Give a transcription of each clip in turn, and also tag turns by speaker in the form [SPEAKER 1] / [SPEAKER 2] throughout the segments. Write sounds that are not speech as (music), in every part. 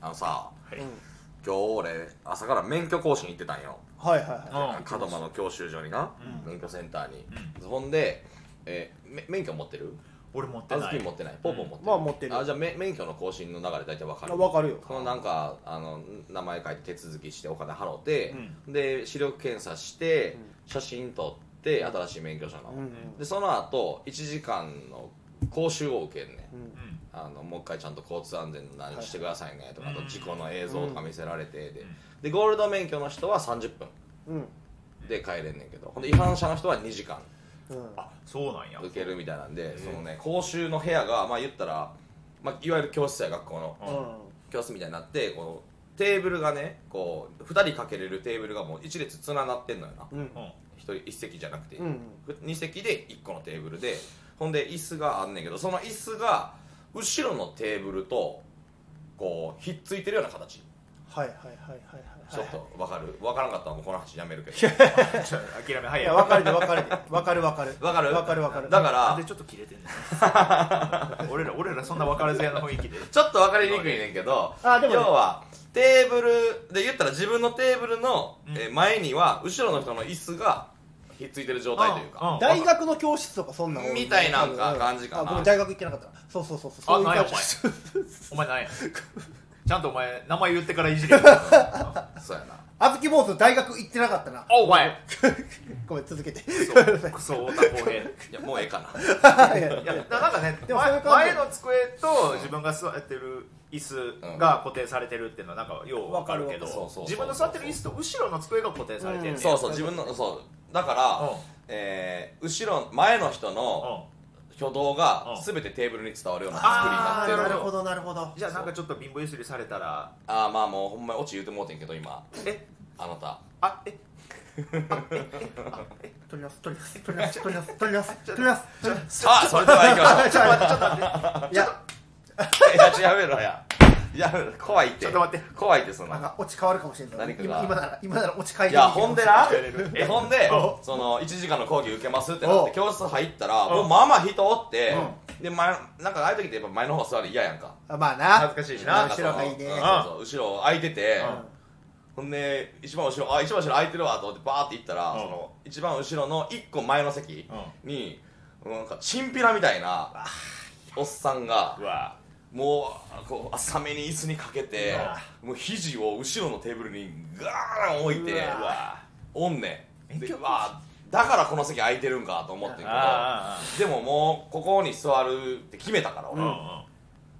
[SPEAKER 1] あのさ
[SPEAKER 2] い
[SPEAKER 1] 今日俺朝から免許更新行ってたんよ
[SPEAKER 3] はいはいは
[SPEAKER 2] うん
[SPEAKER 1] 門真の教習所にな、免許センターに、ほんで、えーめ免許持ってる
[SPEAKER 2] 俺持って
[SPEAKER 1] あず
[SPEAKER 2] な
[SPEAKER 1] き
[SPEAKER 2] い
[SPEAKER 1] 持ってないポーポー持ってる、
[SPEAKER 3] まあ持ってる
[SPEAKER 1] あじゃあめ免許の更新の流れ大体わか
[SPEAKER 3] あ
[SPEAKER 1] る
[SPEAKER 3] わかるよ
[SPEAKER 1] そのなんかあの名前書いて手続きしてお金払って、で視力検査して、写真撮って新しい免許証の、
[SPEAKER 3] うん
[SPEAKER 1] でその後1時間の講習を受けんねん、
[SPEAKER 3] うん
[SPEAKER 2] うん
[SPEAKER 1] あのもう一回ちゃんと交通安全の何してくださいねとか、あと事故の映像とか見せられてで,、でゴールド免許の人は30分
[SPEAKER 3] うんうん
[SPEAKER 1] で帰れんねんけどほんで違反者の人は2時間
[SPEAKER 3] うん
[SPEAKER 2] あそうなんや
[SPEAKER 1] 受けるみたいなんで、そのね講習の部屋がまあ言ったら、まあ、いわゆる教室や学校の
[SPEAKER 2] う
[SPEAKER 1] 教室みたいになってこうテーブルがねこう2人かけれるテーブルがもう1列つながってんのよな
[SPEAKER 3] うんうん
[SPEAKER 2] うん
[SPEAKER 1] 1人1席じゃなくて、
[SPEAKER 3] うん
[SPEAKER 1] 2席で1個のテーブルでほんで椅子があんねんけどその椅子が後ろのテーブルとこうひっついてるような形
[SPEAKER 3] はいはいはいはいはい
[SPEAKER 1] ちょっとわかるわからんかったらもうこの話やめるけど
[SPEAKER 2] ちょっと諦め
[SPEAKER 3] い
[SPEAKER 2] 早い
[SPEAKER 3] や分かるで分かるで分かる分かる
[SPEAKER 1] わかる
[SPEAKER 3] 分かる分かる
[SPEAKER 1] だか
[SPEAKER 2] なん
[SPEAKER 1] ら
[SPEAKER 2] でちょっと切れてんねん (laughs) 俺ら俺らそんな分からずやの雰囲気で
[SPEAKER 1] ちょっとわかりにくいねんけど
[SPEAKER 3] あでもね
[SPEAKER 1] 要はテーブルで言ったら自分のテーブルの、
[SPEAKER 2] うん
[SPEAKER 1] えー前には後ろの人の椅子がひっついてる状態というか、
[SPEAKER 2] うんうん
[SPEAKER 3] 大学の教室とかそんなん多い
[SPEAKER 1] みたいなんか感じかな
[SPEAKER 3] あ僕大学行ってなかったからそうそうそう
[SPEAKER 2] あ
[SPEAKER 3] そうそう
[SPEAKER 2] なん
[SPEAKER 3] い
[SPEAKER 2] や
[SPEAKER 3] う
[SPEAKER 2] お
[SPEAKER 3] 教
[SPEAKER 2] 前
[SPEAKER 3] 室
[SPEAKER 2] お前なんやちゃんとお前名前言ってからいじれよ
[SPEAKER 1] そうやな
[SPEAKER 3] あずき坊主大学行ってなかったな
[SPEAKER 2] あお前
[SPEAKER 3] ごめん続けて
[SPEAKER 2] クソ太田浩平
[SPEAKER 1] いやもうええかな
[SPEAKER 2] いやななんかね
[SPEAKER 3] でもそうい
[SPEAKER 2] 前
[SPEAKER 3] う感じ
[SPEAKER 2] 前の机と自分が座ってる椅子が固定されてるっていうのはなんかようわかるけど
[SPEAKER 1] わかるわそうそうそう
[SPEAKER 2] 自分の座ってる椅子と後ろの机が固定されてる、
[SPEAKER 3] うん
[SPEAKER 1] そうそう自分のそうだから、
[SPEAKER 2] うん
[SPEAKER 1] えー後ろ前の人
[SPEAKER 2] う
[SPEAKER 1] の
[SPEAKER 2] ん
[SPEAKER 1] 挙動が
[SPEAKER 2] うん
[SPEAKER 1] 全てテーブルに伝わるような作りになっ
[SPEAKER 3] ああ
[SPEAKER 1] てる
[SPEAKER 3] なるほどなるほど
[SPEAKER 2] じゃあなんかちょっと貧乏ゆすりされたら
[SPEAKER 1] あーまあもうほんまにオチ言うてもうてんけど今
[SPEAKER 2] え
[SPEAKER 1] あなた
[SPEAKER 2] あえ
[SPEAKER 3] 取ります取ります取ります取ります取ります取ります取ります
[SPEAKER 1] さあそれでは行きましょう
[SPEAKER 2] ちょっと待ってちょっと待って
[SPEAKER 3] いや
[SPEAKER 1] (laughs) いやちょやめろややめろ怖いって
[SPEAKER 2] ちょっと待って
[SPEAKER 1] 怖いってそん
[SPEAKER 3] なん
[SPEAKER 1] な
[SPEAKER 3] か落ち変わるかもしれない
[SPEAKER 1] 何かが
[SPEAKER 3] 今なら今なら落ち変え
[SPEAKER 1] い
[SPEAKER 3] て
[SPEAKER 1] やほんでな
[SPEAKER 2] え
[SPEAKER 1] ほんで
[SPEAKER 2] お
[SPEAKER 1] その1時間の講義受けますってなっ
[SPEAKER 3] お
[SPEAKER 1] て教室入ったらもうまあまあ人おって
[SPEAKER 3] う
[SPEAKER 1] で前なんかああいう時ってやっぱ前の方座る嫌やんか
[SPEAKER 3] あまあな
[SPEAKER 2] 恥ずかしいしな
[SPEAKER 1] なんかそ
[SPEAKER 3] 後
[SPEAKER 1] の
[SPEAKER 3] ろがいいね
[SPEAKER 1] うんそうそう後ろ空いてて
[SPEAKER 2] うん
[SPEAKER 1] ほんで一番後ろあ一番後ろ空いてるわと思ってバーって行ったら
[SPEAKER 2] う
[SPEAKER 1] そ
[SPEAKER 2] ん
[SPEAKER 1] の一番後ろの1個前の席になんかチンピラみたいなおっさんが
[SPEAKER 2] うわ
[SPEAKER 1] もうこう浅めに椅子にかけて
[SPEAKER 2] うわ
[SPEAKER 1] もう肘を後ろのテーブルにガーン置いて
[SPEAKER 3] うわ
[SPEAKER 1] うわおんねん
[SPEAKER 2] 勉
[SPEAKER 1] で
[SPEAKER 2] 強
[SPEAKER 1] うわだからこの席空いてるんかと思ってんけ
[SPEAKER 2] ああ
[SPEAKER 1] どでももうここに座るって決めたから
[SPEAKER 2] うんうん
[SPEAKER 1] 俺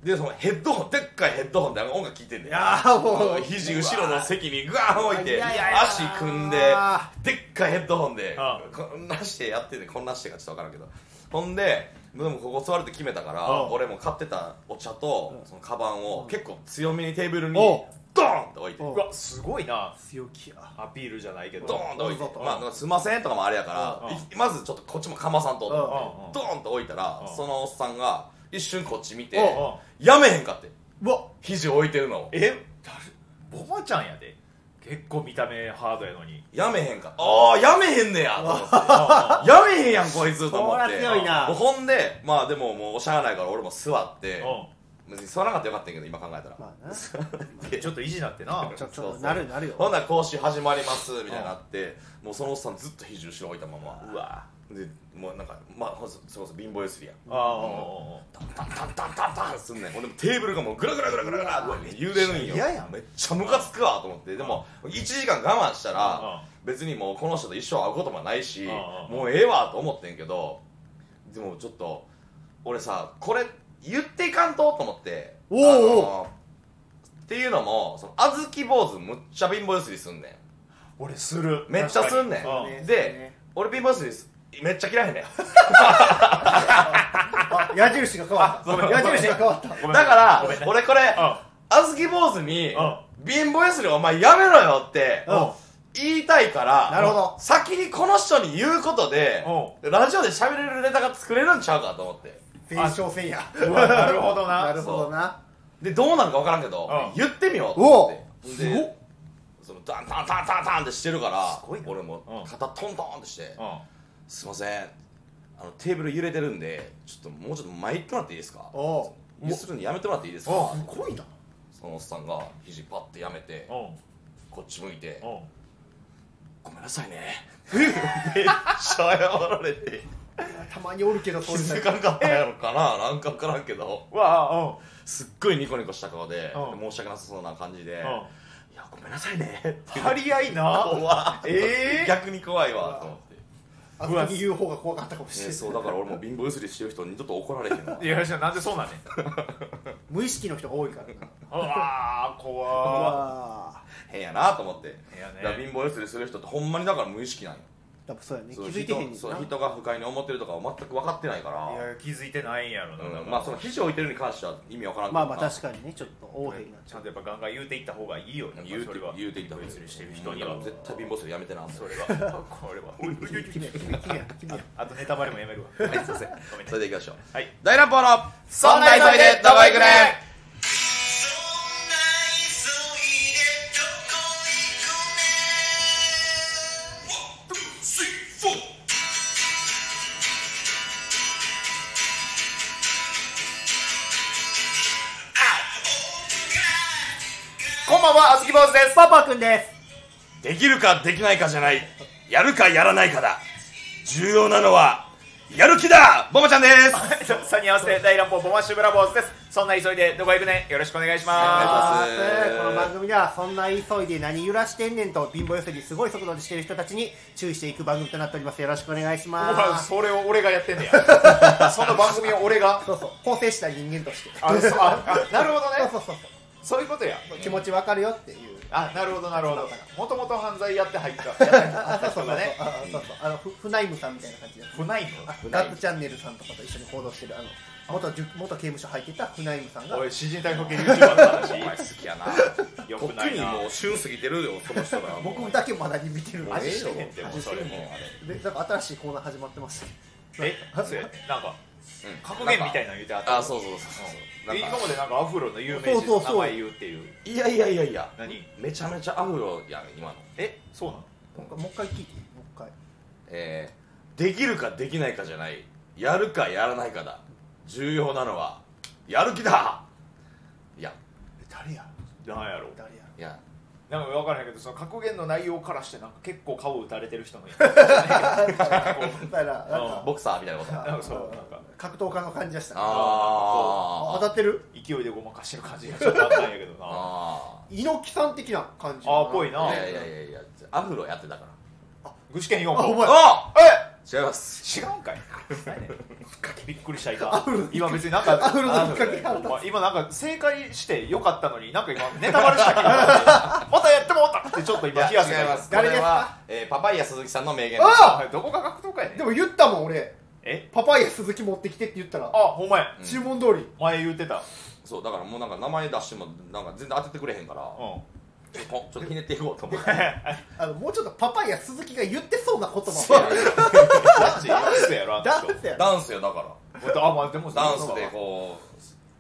[SPEAKER 1] でそのヘッドホンでっかいヘッドホンで音楽聴いてんねん
[SPEAKER 3] やーもう
[SPEAKER 1] 肘後ろの席にガーン置いて
[SPEAKER 3] うわ
[SPEAKER 1] 足組んで
[SPEAKER 3] いやいや
[SPEAKER 1] でっかいヘッドホンで
[SPEAKER 2] う
[SPEAKER 1] こんなしてやっててこんなしてかちょっと分からんけどほんででもここ座るって決めたから
[SPEAKER 2] うん
[SPEAKER 1] 俺も買ってたお茶とそのカバンを結構強めにテーブルに
[SPEAKER 3] お
[SPEAKER 1] ドーンって置いて
[SPEAKER 3] お
[SPEAKER 2] うわすごいな
[SPEAKER 3] 強気や
[SPEAKER 2] アピールじゃないけど
[SPEAKER 1] ドーンって置いて
[SPEAKER 3] どうぞと
[SPEAKER 1] まあすんませんとかもあれやか
[SPEAKER 2] うん
[SPEAKER 1] らいまずちょっとこっちもかまさんとと思
[SPEAKER 2] うんうん
[SPEAKER 1] ってドーンって置いたら
[SPEAKER 2] うん
[SPEAKER 1] そのおっさんが一瞬こっち見て
[SPEAKER 2] うんうん
[SPEAKER 1] やめへんかって
[SPEAKER 3] うわ
[SPEAKER 1] 肘置いてるのを
[SPEAKER 2] えだるボマちゃんやで結構見た目ハードやのに
[SPEAKER 1] やめへんかああやめへんねやと思ってやめへんやんこいつと思って
[SPEAKER 3] そら強いな
[SPEAKER 1] ほんでまあでももうしゃあないから俺も座って
[SPEAKER 2] う
[SPEAKER 1] 別に座らなかったらよかったんやけど今考えたら、
[SPEAKER 3] まあなち
[SPEAKER 2] んちょっと意地なってな
[SPEAKER 3] ょち
[SPEAKER 1] そう
[SPEAKER 3] ょ
[SPEAKER 1] そう
[SPEAKER 3] なるなるよ
[SPEAKER 1] ほんなら講習始まりますみたいになってもうそのおっさんずっと肘後ろ置いたまま
[SPEAKER 2] うわ
[SPEAKER 1] でもうなんかまあほんとそれこそ貧乏ゆすりやん
[SPEAKER 2] ああ
[SPEAKER 1] タンタンタンタンタンすんねんほんでテーブルがもうグラグラグラグラグラって揺れるんよ
[SPEAKER 2] 嫌やん
[SPEAKER 1] めっちゃムカつくわと思ってでも1時間我慢したら
[SPEAKER 2] う
[SPEAKER 1] 別にもうこの人と一生会うこともないし
[SPEAKER 2] うんうん
[SPEAKER 1] もうええわと思ってんけどでもちょっと俺さこれ言っていかんとと思って
[SPEAKER 3] おう
[SPEAKER 1] あ
[SPEAKER 3] おう
[SPEAKER 1] のっていうのもその小豆坊主むっちゃ貧乏ゆすりすんねん
[SPEAKER 2] 俺する
[SPEAKER 1] めっちゃすんねん
[SPEAKER 2] 確かに
[SPEAKER 3] ね
[SPEAKER 1] で俺貧乏ゆすりすめっちゃ嫌いねん
[SPEAKER 3] あ矢印が変わった
[SPEAKER 2] ごめん
[SPEAKER 3] 矢印が変わった
[SPEAKER 2] ごめん
[SPEAKER 1] だから
[SPEAKER 2] ごめんね
[SPEAKER 1] 俺これ
[SPEAKER 2] う
[SPEAKER 1] あずき坊主に
[SPEAKER 2] うん
[SPEAKER 1] 貧乏ゆすりお前やめろよって
[SPEAKER 3] うん
[SPEAKER 1] 言いたいから
[SPEAKER 3] なるほど
[SPEAKER 1] 先にこの人に言うことでラジオで喋れるネタが作れるんちゃうかと思って
[SPEAKER 3] 前哨戦や
[SPEAKER 2] んうわなるほど
[SPEAKER 3] な
[SPEAKER 2] な
[SPEAKER 3] るほどな
[SPEAKER 1] でどうなるか分からんけど
[SPEAKER 2] うん
[SPEAKER 1] 言ってみようと思って
[SPEAKER 3] おすご
[SPEAKER 1] でそのダンダンダンダンダンってしてるから
[SPEAKER 2] すごいな
[SPEAKER 1] 俺も
[SPEAKER 2] うん
[SPEAKER 1] 肩トントンってして
[SPEAKER 2] うん
[SPEAKER 1] 「すいませんあのテーブル揺れてるんでちょっともうちょっと前行ってもらっていいですか?」
[SPEAKER 3] おう
[SPEAKER 1] ゆするのやめてもらっていいですか?」
[SPEAKER 3] すごいな
[SPEAKER 1] そのおっさんが肘パッてやめて
[SPEAKER 2] おん
[SPEAKER 1] こっち向いて
[SPEAKER 2] おん
[SPEAKER 1] 「ごめんなさいね」 (laughs) めっちゃ謝られて
[SPEAKER 3] たまにおるけど
[SPEAKER 1] 気
[SPEAKER 3] そういう
[SPEAKER 1] づ
[SPEAKER 3] の
[SPEAKER 1] かんかったんやろかななんか分からんけど
[SPEAKER 2] わあお
[SPEAKER 1] すっごいニコニコした顔で
[SPEAKER 2] うん
[SPEAKER 1] 申し訳なさそうな感じで「い
[SPEAKER 2] ん
[SPEAKER 1] やごめんなさいね」って
[SPEAKER 2] うん張り合いな
[SPEAKER 1] 怖っ
[SPEAKER 2] ええ
[SPEAKER 1] 逆に怖いわと思って
[SPEAKER 3] あそこに言う方が怖かったかもしれ
[SPEAKER 1] え
[SPEAKER 3] な
[SPEAKER 1] ー
[SPEAKER 3] い
[SPEAKER 1] そうだから俺も貧乏ゆすりしてる人にちょっと怒られへんわ
[SPEAKER 2] (laughs) いやじゃあなんでそうなんねん
[SPEAKER 3] 無意識の人が多いからな
[SPEAKER 2] うわあ
[SPEAKER 3] う
[SPEAKER 2] 怖
[SPEAKER 3] わ
[SPEAKER 1] 変やなと思って
[SPEAKER 2] いや
[SPEAKER 1] だから
[SPEAKER 2] ね
[SPEAKER 1] 貧乏ゆすりする人ってほんまにだから無意識なんよ
[SPEAKER 3] ーやっぱそうやね気
[SPEAKER 1] そう
[SPEAKER 3] づいてへんね
[SPEAKER 1] 人
[SPEAKER 3] ん
[SPEAKER 1] そう
[SPEAKER 3] な
[SPEAKER 1] 人が不快に思ってるとかは全く分かってないか
[SPEAKER 2] い
[SPEAKER 1] ら
[SPEAKER 2] や気づいてないんやろなだか
[SPEAKER 1] う
[SPEAKER 2] ら
[SPEAKER 1] んまあその肘を置いてるに関しては意味わからんけど
[SPEAKER 3] まあ
[SPEAKER 1] な
[SPEAKER 3] まあ確かにねちょっと横柄になっち
[SPEAKER 2] ち
[SPEAKER 3] ゃ
[SPEAKER 2] ゃ
[SPEAKER 3] うん
[SPEAKER 2] とやっぱガンガン言うていった方がいいよね
[SPEAKER 1] 言うて
[SPEAKER 2] それは
[SPEAKER 1] 言うていった
[SPEAKER 2] 方
[SPEAKER 1] 方
[SPEAKER 2] が
[SPEAKER 1] が
[SPEAKER 2] い
[SPEAKER 1] い
[SPEAKER 2] い
[SPEAKER 1] い
[SPEAKER 2] してる人に
[SPEAKER 1] だか
[SPEAKER 2] は
[SPEAKER 1] ら絶対貧乏ゆすりやめてなそ
[SPEAKER 2] そ
[SPEAKER 1] れ
[SPEAKER 2] れは
[SPEAKER 1] (laughs)
[SPEAKER 2] これは
[SPEAKER 3] 君や君や君や君や
[SPEAKER 2] あとネタバレもやめるわ
[SPEAKER 1] はいすいません
[SPEAKER 2] ごめんね
[SPEAKER 1] それでいきましょう
[SPEAKER 2] はい
[SPEAKER 1] 大乱暴のそんな急いでどこ行くね
[SPEAKER 2] こんばんはあずき坊主です
[SPEAKER 3] パパくんです
[SPEAKER 1] できるかできないかじゃないやるかやらないかだ重要なのはやる気だボボちゃんです
[SPEAKER 2] さに合わせて大乱暴ボマッシュブラボーズですそんな急いでどこ行くねよろしくお願いしま
[SPEAKER 1] 願いします
[SPEAKER 3] この番組ではそんな急いで何揺らしてんねんと貧乏ゆすりすごい速度でしてる人たちに注意していく番組となっておりますよろしくお願いし
[SPEAKER 1] (laughs)
[SPEAKER 2] すもう
[SPEAKER 3] ます
[SPEAKER 2] それを俺がやってんねやその番組を俺が
[SPEAKER 3] そうそう構成した人間として
[SPEAKER 1] (laughs)
[SPEAKER 2] あそうああなるほどね
[SPEAKER 3] そうそうそう
[SPEAKER 2] そういうことや
[SPEAKER 3] そう気持ちわかるよっていう
[SPEAKER 2] あなるほどなるほど
[SPEAKER 3] そうだ
[SPEAKER 2] もともと犯罪やって入ったやって入
[SPEAKER 3] あ
[SPEAKER 2] っ
[SPEAKER 3] そ
[SPEAKER 2] た
[SPEAKER 3] うそ
[SPEAKER 2] 人
[SPEAKER 3] うそう
[SPEAKER 2] が
[SPEAKER 1] (laughs)
[SPEAKER 2] ね
[SPEAKER 3] あそうそうあのふフナイムさんみたいな感じで
[SPEAKER 2] 不内
[SPEAKER 1] フナイ
[SPEAKER 3] ガ
[SPEAKER 1] ム
[SPEAKER 3] ッツチャンネルさんとかと一緒に行動してるあの元じゅ元刑務所入ってたフナイムさんが
[SPEAKER 2] 部おい詩人逮捕系 YouTuber の
[SPEAKER 1] お前好
[SPEAKER 2] 話
[SPEAKER 1] きやな
[SPEAKER 2] よ
[SPEAKER 1] 特
[SPEAKER 2] くない
[SPEAKER 1] に
[SPEAKER 2] な
[SPEAKER 1] もう旬過ぎてるよその人ら (laughs) は
[SPEAKER 3] 僕だけまだに見てる
[SPEAKER 1] ええ
[SPEAKER 3] 味
[SPEAKER 1] よ
[SPEAKER 3] して
[SPEAKER 2] へんってもうそれも
[SPEAKER 1] もうあれ
[SPEAKER 3] でなんか新しいコーナー始まってます
[SPEAKER 2] えそうやねなんか
[SPEAKER 1] うん
[SPEAKER 2] 格言みたいなの言うてあった
[SPEAKER 1] あそうそうそうそううんな
[SPEAKER 2] 今
[SPEAKER 1] んか
[SPEAKER 2] までなんかアフロの有名人の名前言うっていう
[SPEAKER 1] いやいやいやいや
[SPEAKER 2] 何
[SPEAKER 1] めちゃめちゃアフロやん今の
[SPEAKER 2] えそうなの
[SPEAKER 3] なんかもう一回聞いてもう一回
[SPEAKER 1] えーできるかできないかじゃないやるかやらないかだ重要なのはやる気だいや
[SPEAKER 3] え誰や
[SPEAKER 2] なんやろ
[SPEAKER 3] 誰や
[SPEAKER 1] いや
[SPEAKER 2] なんか分からへんけどその格言の内容からしてなんか結構顔打たれてる人のイメージ
[SPEAKER 3] だからなんか
[SPEAKER 1] ボクサーみたいなこと
[SPEAKER 2] なんかそうなんか
[SPEAKER 3] 格闘家の感じでしたねあ
[SPEAKER 1] あ
[SPEAKER 3] 当たってる
[SPEAKER 2] 勢いでごまかしてる感じがちょっとあったんやけど
[SPEAKER 1] あ
[SPEAKER 2] な
[SPEAKER 1] あ
[SPEAKER 3] 猪木さん的な感じ
[SPEAKER 2] あーぽいな
[SPEAKER 1] あ
[SPEAKER 2] あ
[SPEAKER 1] いやいやいやいやアフロやってたから
[SPEAKER 2] 具志堅用
[SPEAKER 3] あお
[SPEAKER 2] 語
[SPEAKER 3] 前
[SPEAKER 1] あ
[SPEAKER 2] え
[SPEAKER 1] 違います
[SPEAKER 2] 違うんかいびっくりした
[SPEAKER 3] ア
[SPEAKER 2] 今
[SPEAKER 3] フロ
[SPEAKER 2] 今別になんか
[SPEAKER 3] アフロのきっかけがあ
[SPEAKER 2] あ
[SPEAKER 3] った
[SPEAKER 2] の今なんか正解してよかったのになんか今ネタバレした気分になってまたやってもうたってちょっと
[SPEAKER 1] い
[SPEAKER 2] 今
[SPEAKER 1] や
[SPEAKER 2] 冷や
[SPEAKER 1] 違
[SPEAKER 2] せ
[SPEAKER 1] い
[SPEAKER 2] が
[SPEAKER 1] ますこ
[SPEAKER 3] 誰です
[SPEAKER 1] れ
[SPEAKER 3] か
[SPEAKER 1] は、えーパパイヤ鈴木さんの名言です
[SPEAKER 3] あ
[SPEAKER 2] おいどこが格闘家やね
[SPEAKER 3] あ
[SPEAKER 2] ん
[SPEAKER 3] でも言ったもん俺
[SPEAKER 2] え
[SPEAKER 3] パパイヤ鈴木持ってきてって言ったら
[SPEAKER 2] あほんまや
[SPEAKER 1] うん
[SPEAKER 3] 注文通り
[SPEAKER 2] 前言ってた
[SPEAKER 1] そうだからもうなんか名前出してもなんか全然当ててくれへんから
[SPEAKER 2] う、ん
[SPEAKER 1] ちょっとこちょっとひねっていこうと思って
[SPEAKER 2] (laughs)
[SPEAKER 3] あのもうちょっとパパイヤ鈴木が言ってそうな言葉
[SPEAKER 1] そう
[SPEAKER 2] ダンスやろあ
[SPEAKER 3] ダン
[SPEAKER 2] の人
[SPEAKER 3] スやろ
[SPEAKER 1] ダンスよ
[SPEAKER 2] (laughs)
[SPEAKER 1] だから
[SPEAKER 2] あまあでも
[SPEAKER 1] ダンスでこう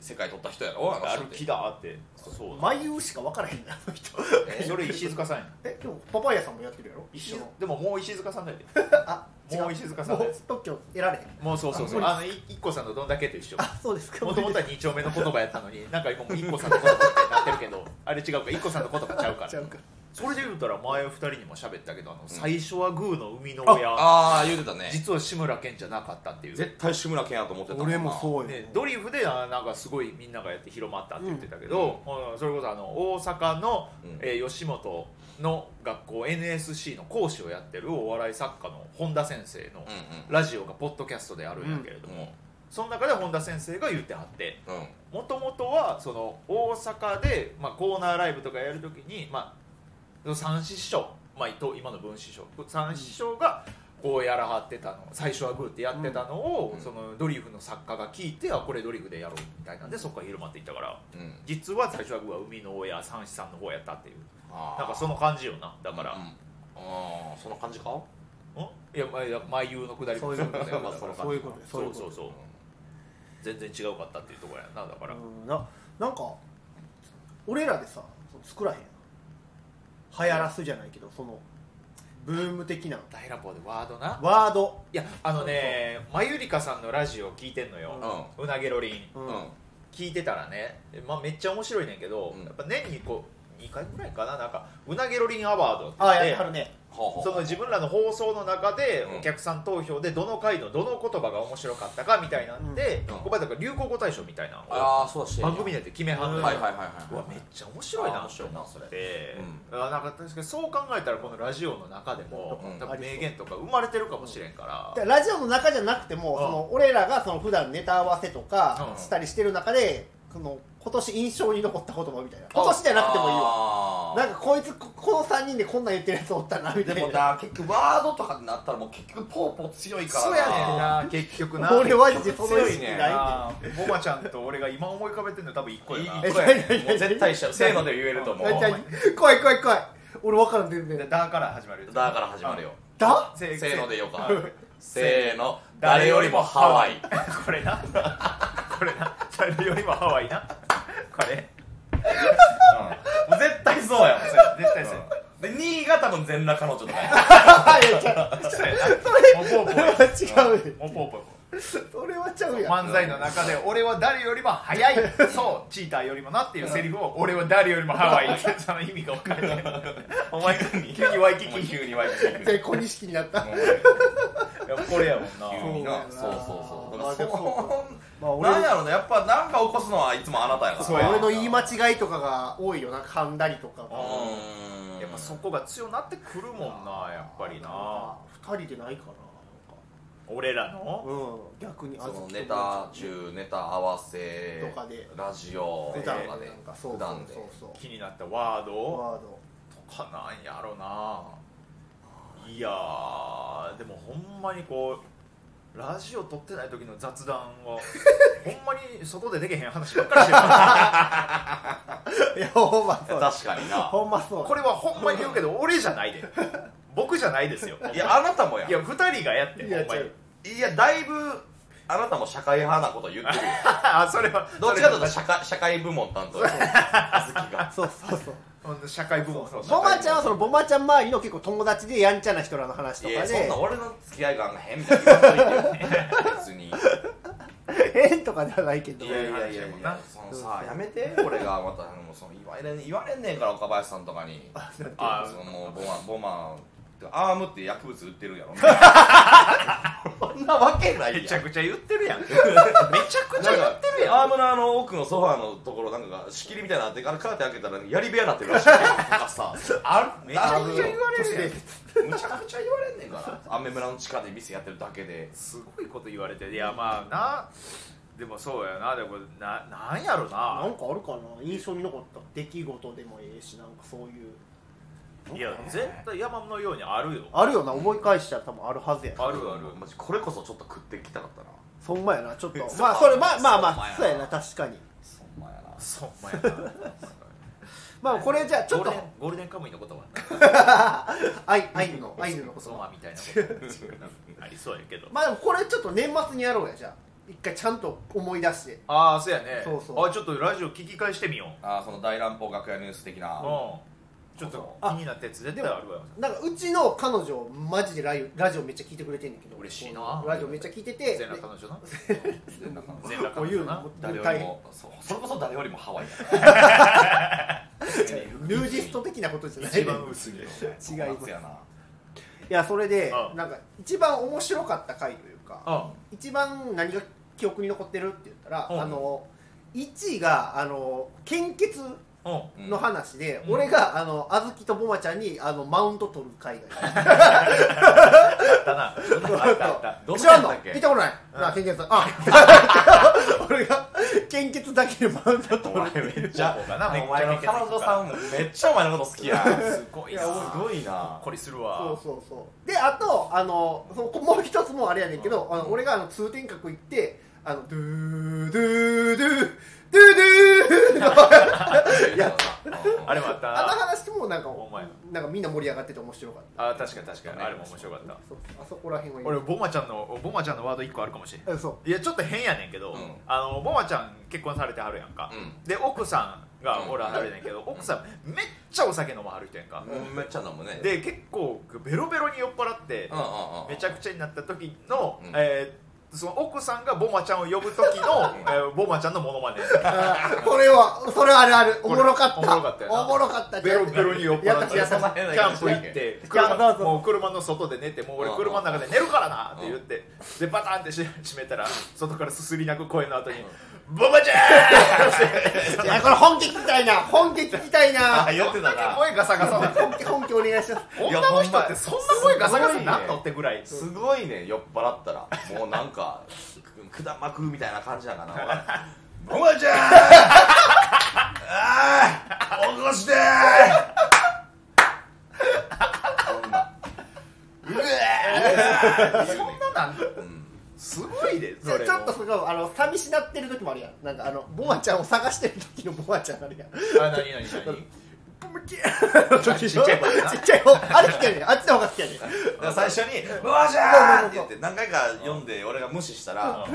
[SPEAKER 1] 世界取った人やろあの人
[SPEAKER 2] 歩
[SPEAKER 1] って
[SPEAKER 2] きだってそう
[SPEAKER 3] 眉優しか分からへんなあの人
[SPEAKER 1] え
[SPEAKER 2] (laughs) それ石塚さんや
[SPEAKER 3] えでもパパイヤさんもやってるやろ
[SPEAKER 2] 一緒
[SPEAKER 3] の
[SPEAKER 2] でももう石塚さんだよ
[SPEAKER 3] あ違
[SPEAKER 2] もう石塚さん
[SPEAKER 3] も
[SPEAKER 2] のや
[SPEAKER 3] う
[SPEAKER 2] つ
[SPEAKER 3] 特許得られへん
[SPEAKER 2] もうそうそうそうあのい一個さんのどんだけと一緒
[SPEAKER 3] あそうですか
[SPEAKER 2] もともとは2丁目の言葉やったのになんか今もう一個さんの言葉ってなってるけどあれ違うか一個さんの言葉ちゃうから
[SPEAKER 1] (laughs)
[SPEAKER 3] ちゃうか
[SPEAKER 2] それで言うたら前二人にも喋ったけどあの最初はグーの生みの親
[SPEAKER 1] ああ言うてたね
[SPEAKER 2] 実は志村けんじゃなかったっていう
[SPEAKER 1] 絶対志村けんやと思ってた
[SPEAKER 3] 俺もそうよ、
[SPEAKER 2] ね、ドリフであなんかすごいみんながやって広まったって言ってたけど、うんそれこそあの大阪の、
[SPEAKER 1] うん
[SPEAKER 2] えー吉本の学校 NSC の講師をやってるお笑い作家の本田先生の
[SPEAKER 1] うん
[SPEAKER 2] ラジオがポッドキャストであるんやけれども、
[SPEAKER 1] うん
[SPEAKER 2] その中で本田先生が言ってはって
[SPEAKER 1] うんうん
[SPEAKER 2] もともとはその大阪で、まあ、コーナーライブとかやるときに、まあ、三師匠、まあ、伊藤今の文師匠三師匠がこうやらはってたの最初はグーってやってたのを、
[SPEAKER 1] うん
[SPEAKER 2] そのドリフの作家が聞いてあこれドリフでやろうみたいなんでそこから広まっていったから
[SPEAKER 1] うん
[SPEAKER 2] 実は最初はグーは生みの親三師さんの方やったっていう
[SPEAKER 1] あー
[SPEAKER 2] なんかその感じよなだから、、
[SPEAKER 1] うんんあーその感じか
[SPEAKER 2] いや前前優のくだりも
[SPEAKER 3] そういうこと
[SPEAKER 2] だよ
[SPEAKER 1] まあ
[SPEAKER 2] だから
[SPEAKER 1] そういうこと
[SPEAKER 2] そうそ
[SPEAKER 3] そういう
[SPEAKER 2] うそう全然違うかったっていうところやなだから、
[SPEAKER 3] うんななんか俺らでさその作らへん流行らすじゃないけどそのブーム的な
[SPEAKER 2] 大乱暴でワードな
[SPEAKER 3] ワード
[SPEAKER 2] いやあのねまゆりかさんのラジオ聞いてんのよ、うなげろりん
[SPEAKER 3] うん
[SPEAKER 1] うんうん
[SPEAKER 2] 聞いてたらね、まあ、めっちゃ面白いねんけど、
[SPEAKER 1] うん
[SPEAKER 2] やっぱ年にこう2回ぐらいかななんかうなげろりんアワードって言
[SPEAKER 3] あ
[SPEAKER 2] っ
[SPEAKER 3] あ
[SPEAKER 2] て
[SPEAKER 3] やってはるね
[SPEAKER 1] ほうほう
[SPEAKER 2] その自分らの放送の中で
[SPEAKER 1] うん
[SPEAKER 2] お客さん投票でどの回のどの言葉が面白かったかみたいなんで、
[SPEAKER 1] うん
[SPEAKER 2] ここまでなんか流行語大賞みたいなのを
[SPEAKER 1] ああそうだしてんや
[SPEAKER 2] 番組内で決めはんの
[SPEAKER 1] はい
[SPEAKER 2] よ
[SPEAKER 1] はいはいはいう
[SPEAKER 2] わめっちゃ面白い
[SPEAKER 1] あー
[SPEAKER 2] な
[SPEAKER 1] 面白いなそれ
[SPEAKER 2] って、
[SPEAKER 1] う
[SPEAKER 2] あなんか確かにそう考えたらこのラジオの中でも、
[SPEAKER 1] うん
[SPEAKER 2] 多分名言とか生まれてるかもしれんから、
[SPEAKER 3] でラジオの中じゃなくても、
[SPEAKER 2] うん
[SPEAKER 3] その俺らがその普段ネタ合わせとか
[SPEAKER 2] うん
[SPEAKER 3] したりしてる中で、その今年印象に残った言葉みたいな今年じゃなくてもいいわ
[SPEAKER 1] わ
[SPEAKER 3] なんかこいつここの3人でこんなん言ってるやつおったなみた
[SPEAKER 1] で
[SPEAKER 3] い
[SPEAKER 1] も
[SPEAKER 3] な
[SPEAKER 1] な結局ワードとかになったらもう結局ポーポー強いから
[SPEAKER 2] そうやねんな結局な
[SPEAKER 3] (laughs) 俺マジでその
[SPEAKER 1] 強
[SPEAKER 3] 意
[SPEAKER 1] い
[SPEAKER 3] 識
[SPEAKER 1] ね
[SPEAKER 3] ない
[SPEAKER 2] あーボマちゃんと俺が今思い浮かべてるの多分1個やな
[SPEAKER 1] 一個やねんもう絶対しちゃうせーので言えると思う
[SPEAKER 3] 大体怖い怖い怖い俺分からん全
[SPEAKER 2] で
[SPEAKER 3] 然
[SPEAKER 2] だから始まる
[SPEAKER 1] だから始まるよ
[SPEAKER 3] だ (laughs)
[SPEAKER 2] せ
[SPEAKER 1] せ
[SPEAKER 2] せ
[SPEAKER 1] ーのでよか
[SPEAKER 2] せ
[SPEAKER 1] せーの誰よりもハワイ
[SPEAKER 2] (laughs) これなこれな誰よりもハワイなこれ
[SPEAKER 1] うん絶対そうやもん
[SPEAKER 2] そうや絶対そうや
[SPEAKER 1] で2位が多分全裸彼女とかや
[SPEAKER 2] (laughs)
[SPEAKER 3] いやちゃう
[SPEAKER 2] そうやなもうポ
[SPEAKER 3] (laughs) そ
[SPEAKER 2] ー
[SPEAKER 3] れ
[SPEAKER 2] ポ
[SPEAKER 3] は
[SPEAKER 2] ー
[SPEAKER 3] 違うよ
[SPEAKER 2] もうポーポー
[SPEAKER 3] それはちゃうやん
[SPEAKER 2] 漫才の中で俺は誰よりも早いそうチーターよりもなっていうセリフを俺は誰よりもハワイってその意味が分かれてるお前急にワイキキ
[SPEAKER 1] 急にワイキキ行く
[SPEAKER 3] 絶対小錦になった
[SPEAKER 2] いやこれやもん
[SPEAKER 1] 急にな
[SPEAKER 3] そ
[SPEAKER 1] そうう
[SPEAKER 3] やなまあ
[SPEAKER 1] そうそうだ
[SPEAKER 3] でもそう
[SPEAKER 1] か
[SPEAKER 3] からまあ
[SPEAKER 1] そう
[SPEAKER 3] 俺
[SPEAKER 1] なんやろねやっぱなんか起こすのはいつもあなたやから
[SPEAKER 2] そうやな
[SPEAKER 3] 俺の言い間違いとかが多いよな噛んだりとかが
[SPEAKER 1] うーん
[SPEAKER 2] やっぱそこが強なってくるもんなやっぱりな
[SPEAKER 3] 2人でないか
[SPEAKER 2] 俺ら
[SPEAKER 3] な
[SPEAKER 2] の
[SPEAKER 3] うん逆に
[SPEAKER 1] その
[SPEAKER 3] ずっと
[SPEAKER 1] ネタ中ネタ合わせ
[SPEAKER 3] とかで
[SPEAKER 1] ラジオ
[SPEAKER 3] 普
[SPEAKER 1] と
[SPEAKER 3] 段
[SPEAKER 1] か
[SPEAKER 3] で
[SPEAKER 1] で
[SPEAKER 3] なんかそう
[SPEAKER 1] 普段で
[SPEAKER 3] そうそうそ
[SPEAKER 2] 気になったワー
[SPEAKER 3] う
[SPEAKER 2] ド
[SPEAKER 3] ワード
[SPEAKER 2] とかなんやろないやーでもほんまにこうラジオ撮ってない時の雑談は
[SPEAKER 1] (laughs)
[SPEAKER 2] ほんまに外でできへん話ばっかりしてる
[SPEAKER 3] いやほんまそうだ
[SPEAKER 1] 確かにな
[SPEAKER 3] ほんまそうだ
[SPEAKER 2] これはほんまに言うけど俺じゃないで僕じゃないですよ
[SPEAKER 1] いやあなたもや
[SPEAKER 2] いや2人がやって
[SPEAKER 3] い
[SPEAKER 2] ほ
[SPEAKER 3] や
[SPEAKER 2] んま
[SPEAKER 3] 違
[SPEAKER 2] に
[SPEAKER 3] う
[SPEAKER 1] いやだいぶあなたも社会派なこと (laughs) 言ってるよ
[SPEAKER 2] あそれは
[SPEAKER 1] どっちかという
[SPEAKER 2] そ
[SPEAKER 1] と
[SPEAKER 2] れ
[SPEAKER 1] 社会社会部門担当あずきが
[SPEAKER 3] そうそうそう
[SPEAKER 2] ほんと社会部門
[SPEAKER 3] そうボマちゃんはそのボマちゃん周りの結構友達でやんちゃな人らの話と
[SPEAKER 1] い
[SPEAKER 3] か
[SPEAKER 1] やそん
[SPEAKER 3] で
[SPEAKER 1] な俺の付き合いがあんま変みたいな言わんといてよ別 (laughs) に
[SPEAKER 3] 変とかではないけど
[SPEAKER 1] いやいやいやいやそのさやめて俺がまたもうその言われん言われんねんから岡林さんとか (laughs) に
[SPEAKER 2] あ
[SPEAKER 1] そのもうボ (laughs) マンボマンアームって薬物売ってるんやろそんなわけないやん
[SPEAKER 2] めちゃくちゃ言ってるやんめちゃくち
[SPEAKER 1] な
[SPEAKER 2] ゃ
[SPEAKER 1] ん
[SPEAKER 2] 言
[SPEAKER 1] か
[SPEAKER 2] ってるやん
[SPEAKER 1] アームのあの奥のソファーのところなんか仕切りみたいなのあってからカーテン開けたらやり部屋になって (laughs) るらしいとかさあ
[SPEAKER 2] めちゃくちゃ言われ
[SPEAKER 3] 年
[SPEAKER 2] るや
[SPEAKER 3] で
[SPEAKER 2] ん
[SPEAKER 1] むちゃくちゃ言われんねんから雨村の地下で店やってるだけです
[SPEAKER 2] ごいこと言われていやまあなでもそうやなでもななんやろ
[SPEAKER 3] な
[SPEAKER 2] なん
[SPEAKER 3] かあるかな印象に残った出来事でもええしなんかそういう
[SPEAKER 2] いや絶対山のようにあるよ
[SPEAKER 3] あるよな思い返したら多分あるはずやな
[SPEAKER 2] あるある
[SPEAKER 1] マジこれこそちょっと食ってきたかったな
[SPEAKER 3] そんまやなちょっと
[SPEAKER 1] そう
[SPEAKER 3] まあそれまあまあまあ
[SPEAKER 1] そ
[SPEAKER 3] そ
[SPEAKER 1] うう
[SPEAKER 3] や
[SPEAKER 1] や
[SPEAKER 3] な
[SPEAKER 1] な
[SPEAKER 3] 確かに
[SPEAKER 1] そんなんやな
[SPEAKER 2] そうお前な
[SPEAKER 3] まあこれじゃあちょっ
[SPEAKER 2] ゴール
[SPEAKER 3] と
[SPEAKER 2] デンゴールデンカムイのことは
[SPEAKER 3] アイアイヌのアイヌのこと
[SPEAKER 2] そう
[SPEAKER 3] ま
[SPEAKER 2] まみたいなことありそうやけど
[SPEAKER 3] あでもこれちょっと年末にやろうやじゃあ一回ちゃんと思い出して
[SPEAKER 2] ああそうやね
[SPEAKER 3] そうそう
[SPEAKER 2] あちょっとラジオ聞き返してみよう
[SPEAKER 1] (laughs) あーその大乱暴楽屋ニュース的な
[SPEAKER 2] うんちょっと気になったやつ絶対あるわよ
[SPEAKER 3] なんかうちの彼女マジでラジオラジオめっちゃ聞いてくれてんねんけど
[SPEAKER 2] 嬉しいな
[SPEAKER 3] ラジオめっちゃ聞いてて
[SPEAKER 2] 全裸彼女な
[SPEAKER 1] 全裸
[SPEAKER 2] 全裸
[SPEAKER 3] こう
[SPEAKER 2] 彼
[SPEAKER 3] いう
[SPEAKER 2] 女
[SPEAKER 3] の
[SPEAKER 2] な
[SPEAKER 1] 誰よ
[SPEAKER 3] 大
[SPEAKER 1] り
[SPEAKER 3] 変
[SPEAKER 1] もそうそれこそ誰よりもハワイや
[SPEAKER 3] (laughs) ヌージスト的なことじゃない
[SPEAKER 2] 一番薄いよ
[SPEAKER 3] す
[SPEAKER 1] なやない
[SPEAKER 3] やそれで
[SPEAKER 2] うん
[SPEAKER 3] なんか一番面白かった回というか
[SPEAKER 2] あ
[SPEAKER 3] 一番何が記憶に残ってるって言ったら
[SPEAKER 2] うん
[SPEAKER 3] あの1位があの献血
[SPEAKER 2] うん
[SPEAKER 1] うん
[SPEAKER 3] の話で、
[SPEAKER 2] うん
[SPEAKER 3] 俺があの小豆とボマちゃんにあのマウント取る海
[SPEAKER 2] あ
[SPEAKER 3] 外
[SPEAKER 2] ったなあったあっ
[SPEAKER 3] (laughs)
[SPEAKER 2] た
[SPEAKER 1] どう
[SPEAKER 3] 知
[SPEAKER 1] した
[SPEAKER 3] らん
[SPEAKER 1] ん
[SPEAKER 3] の
[SPEAKER 1] だっ
[SPEAKER 3] 聞
[SPEAKER 1] け
[SPEAKER 3] いたことない、なあ献血あ
[SPEAKER 2] (laughs)
[SPEAKER 3] 俺が献血だけでマウント取
[SPEAKER 2] お
[SPEAKER 3] る
[SPEAKER 2] 前めっちゃ
[SPEAKER 1] お前の彼女さんもめっちゃお前のこと好きや
[SPEAKER 2] すごいな
[SPEAKER 1] すごい
[SPEAKER 2] ほ
[SPEAKER 1] な
[SPEAKER 2] っこりする
[SPEAKER 3] そう
[SPEAKER 2] わ
[SPEAKER 3] そうそうであとあのそのもう一つもあれやねんけど、あの俺があの通天閣行ってあのドゥードゥードゥードゥードゥーの
[SPEAKER 1] やあ
[SPEAKER 2] あ
[SPEAKER 1] れ
[SPEAKER 2] れもあった
[SPEAKER 3] あの
[SPEAKER 2] な
[SPEAKER 3] 話もなんか
[SPEAKER 2] お前
[SPEAKER 3] なんかみんな盛り上がってて面白かった
[SPEAKER 2] あ確かに確かにあれも面白かった
[SPEAKER 3] そうそうあそこら辺は
[SPEAKER 2] 俺ボマちゃんのボマちゃんのワード1個あるかもしれん
[SPEAKER 3] えそう
[SPEAKER 2] いやちょっと変やねんけど、
[SPEAKER 1] うん
[SPEAKER 2] あのボマちゃん結婚されてはるやんか、で奥さんが
[SPEAKER 1] うん
[SPEAKER 2] おらはるやんけど、奥さんめっちゃお酒飲まはる人やんか、
[SPEAKER 1] うんめっちゃ飲むね
[SPEAKER 2] で結構ベロベロに酔っ払って
[SPEAKER 1] うんうんうん
[SPEAKER 2] めちゃくちゃになった時の、
[SPEAKER 1] うん
[SPEAKER 2] えーその奥さんがボマちゃんを呼ぶ時の、 (laughs) えーボマちゃんのモノマネ
[SPEAKER 3] あーこれはそれはあるあるお
[SPEAKER 2] これ
[SPEAKER 3] もろかった
[SPEAKER 2] おもろかったよな
[SPEAKER 3] おもろかった
[SPEAKER 2] ベロベロに酔っ払ってキ
[SPEAKER 3] や
[SPEAKER 1] や
[SPEAKER 3] った
[SPEAKER 1] った
[SPEAKER 2] ャンプ行って
[SPEAKER 3] いやそう
[SPEAKER 2] 車
[SPEAKER 3] そう
[SPEAKER 2] もう車の外で寝てもう俺車の中で寝るからなって言ってでバタンってし閉めたら外からすすり泣く声の後に「ボマちゃん!」
[SPEAKER 3] いやこれ本気聞きたいな本気聞きたいな
[SPEAKER 1] あ酔ってたな
[SPEAKER 2] 声ガサガサな
[SPEAKER 3] 本気本気お願いします
[SPEAKER 2] 女の人ってそんな声ガサガサになんのってぐらい
[SPEAKER 1] すごいね酔っ払ったらもうなんか (laughs) くだまくみたいな感じやかなおいボマちゃんあー起こしてこんな
[SPEAKER 2] うえ
[SPEAKER 1] そんななん
[SPEAKER 2] すごいで
[SPEAKER 3] ち
[SPEAKER 2] そ
[SPEAKER 3] ょ
[SPEAKER 2] れ
[SPEAKER 3] ちょっとすごいあの寂しなってる時もあるやんなんかあのボアちゃんを探してる時のボアちゃん
[SPEAKER 2] (laughs)
[SPEAKER 3] あるやん
[SPEAKER 2] あ何何何
[SPEAKER 3] ちっちゃい
[SPEAKER 2] 声な
[SPEAKER 3] 方あれ聞きやねんあっちの方が好きや
[SPEAKER 2] (laughs)
[SPEAKER 3] ねん
[SPEAKER 1] 最初に「ボマちゃん!」って言って何回か読んで俺が無視したら「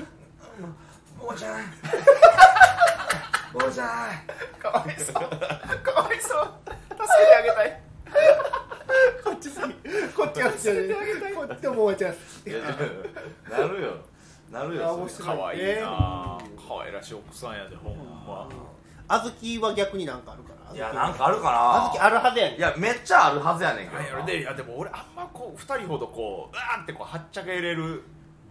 [SPEAKER 1] ボマちゃんボマちゃん
[SPEAKER 2] (laughs) かわいそうかわいそう助けてあげた (laughs) い
[SPEAKER 3] こっち好きこっちが好きや
[SPEAKER 2] (laughs)
[SPEAKER 3] ねんこっちのボアちゃん好き
[SPEAKER 1] いや」なるよなる
[SPEAKER 3] あ
[SPEAKER 1] よ
[SPEAKER 3] 面
[SPEAKER 1] それ
[SPEAKER 3] 白
[SPEAKER 2] かわいいな可愛らしい奥さんやでほんま
[SPEAKER 3] 小豆は逆になんかあるから
[SPEAKER 1] いやなんかあるか
[SPEAKER 3] 小豆
[SPEAKER 1] な
[SPEAKER 3] あるはずやね
[SPEAKER 1] いやめっちゃあるはずやねんけ
[SPEAKER 2] なんや
[SPEAKER 1] ど
[SPEAKER 2] ろ
[SPEAKER 1] な
[SPEAKER 2] でいやでも俺あんまこう2人ほどこううわーってこうはっちゃけれる
[SPEAKER 3] ん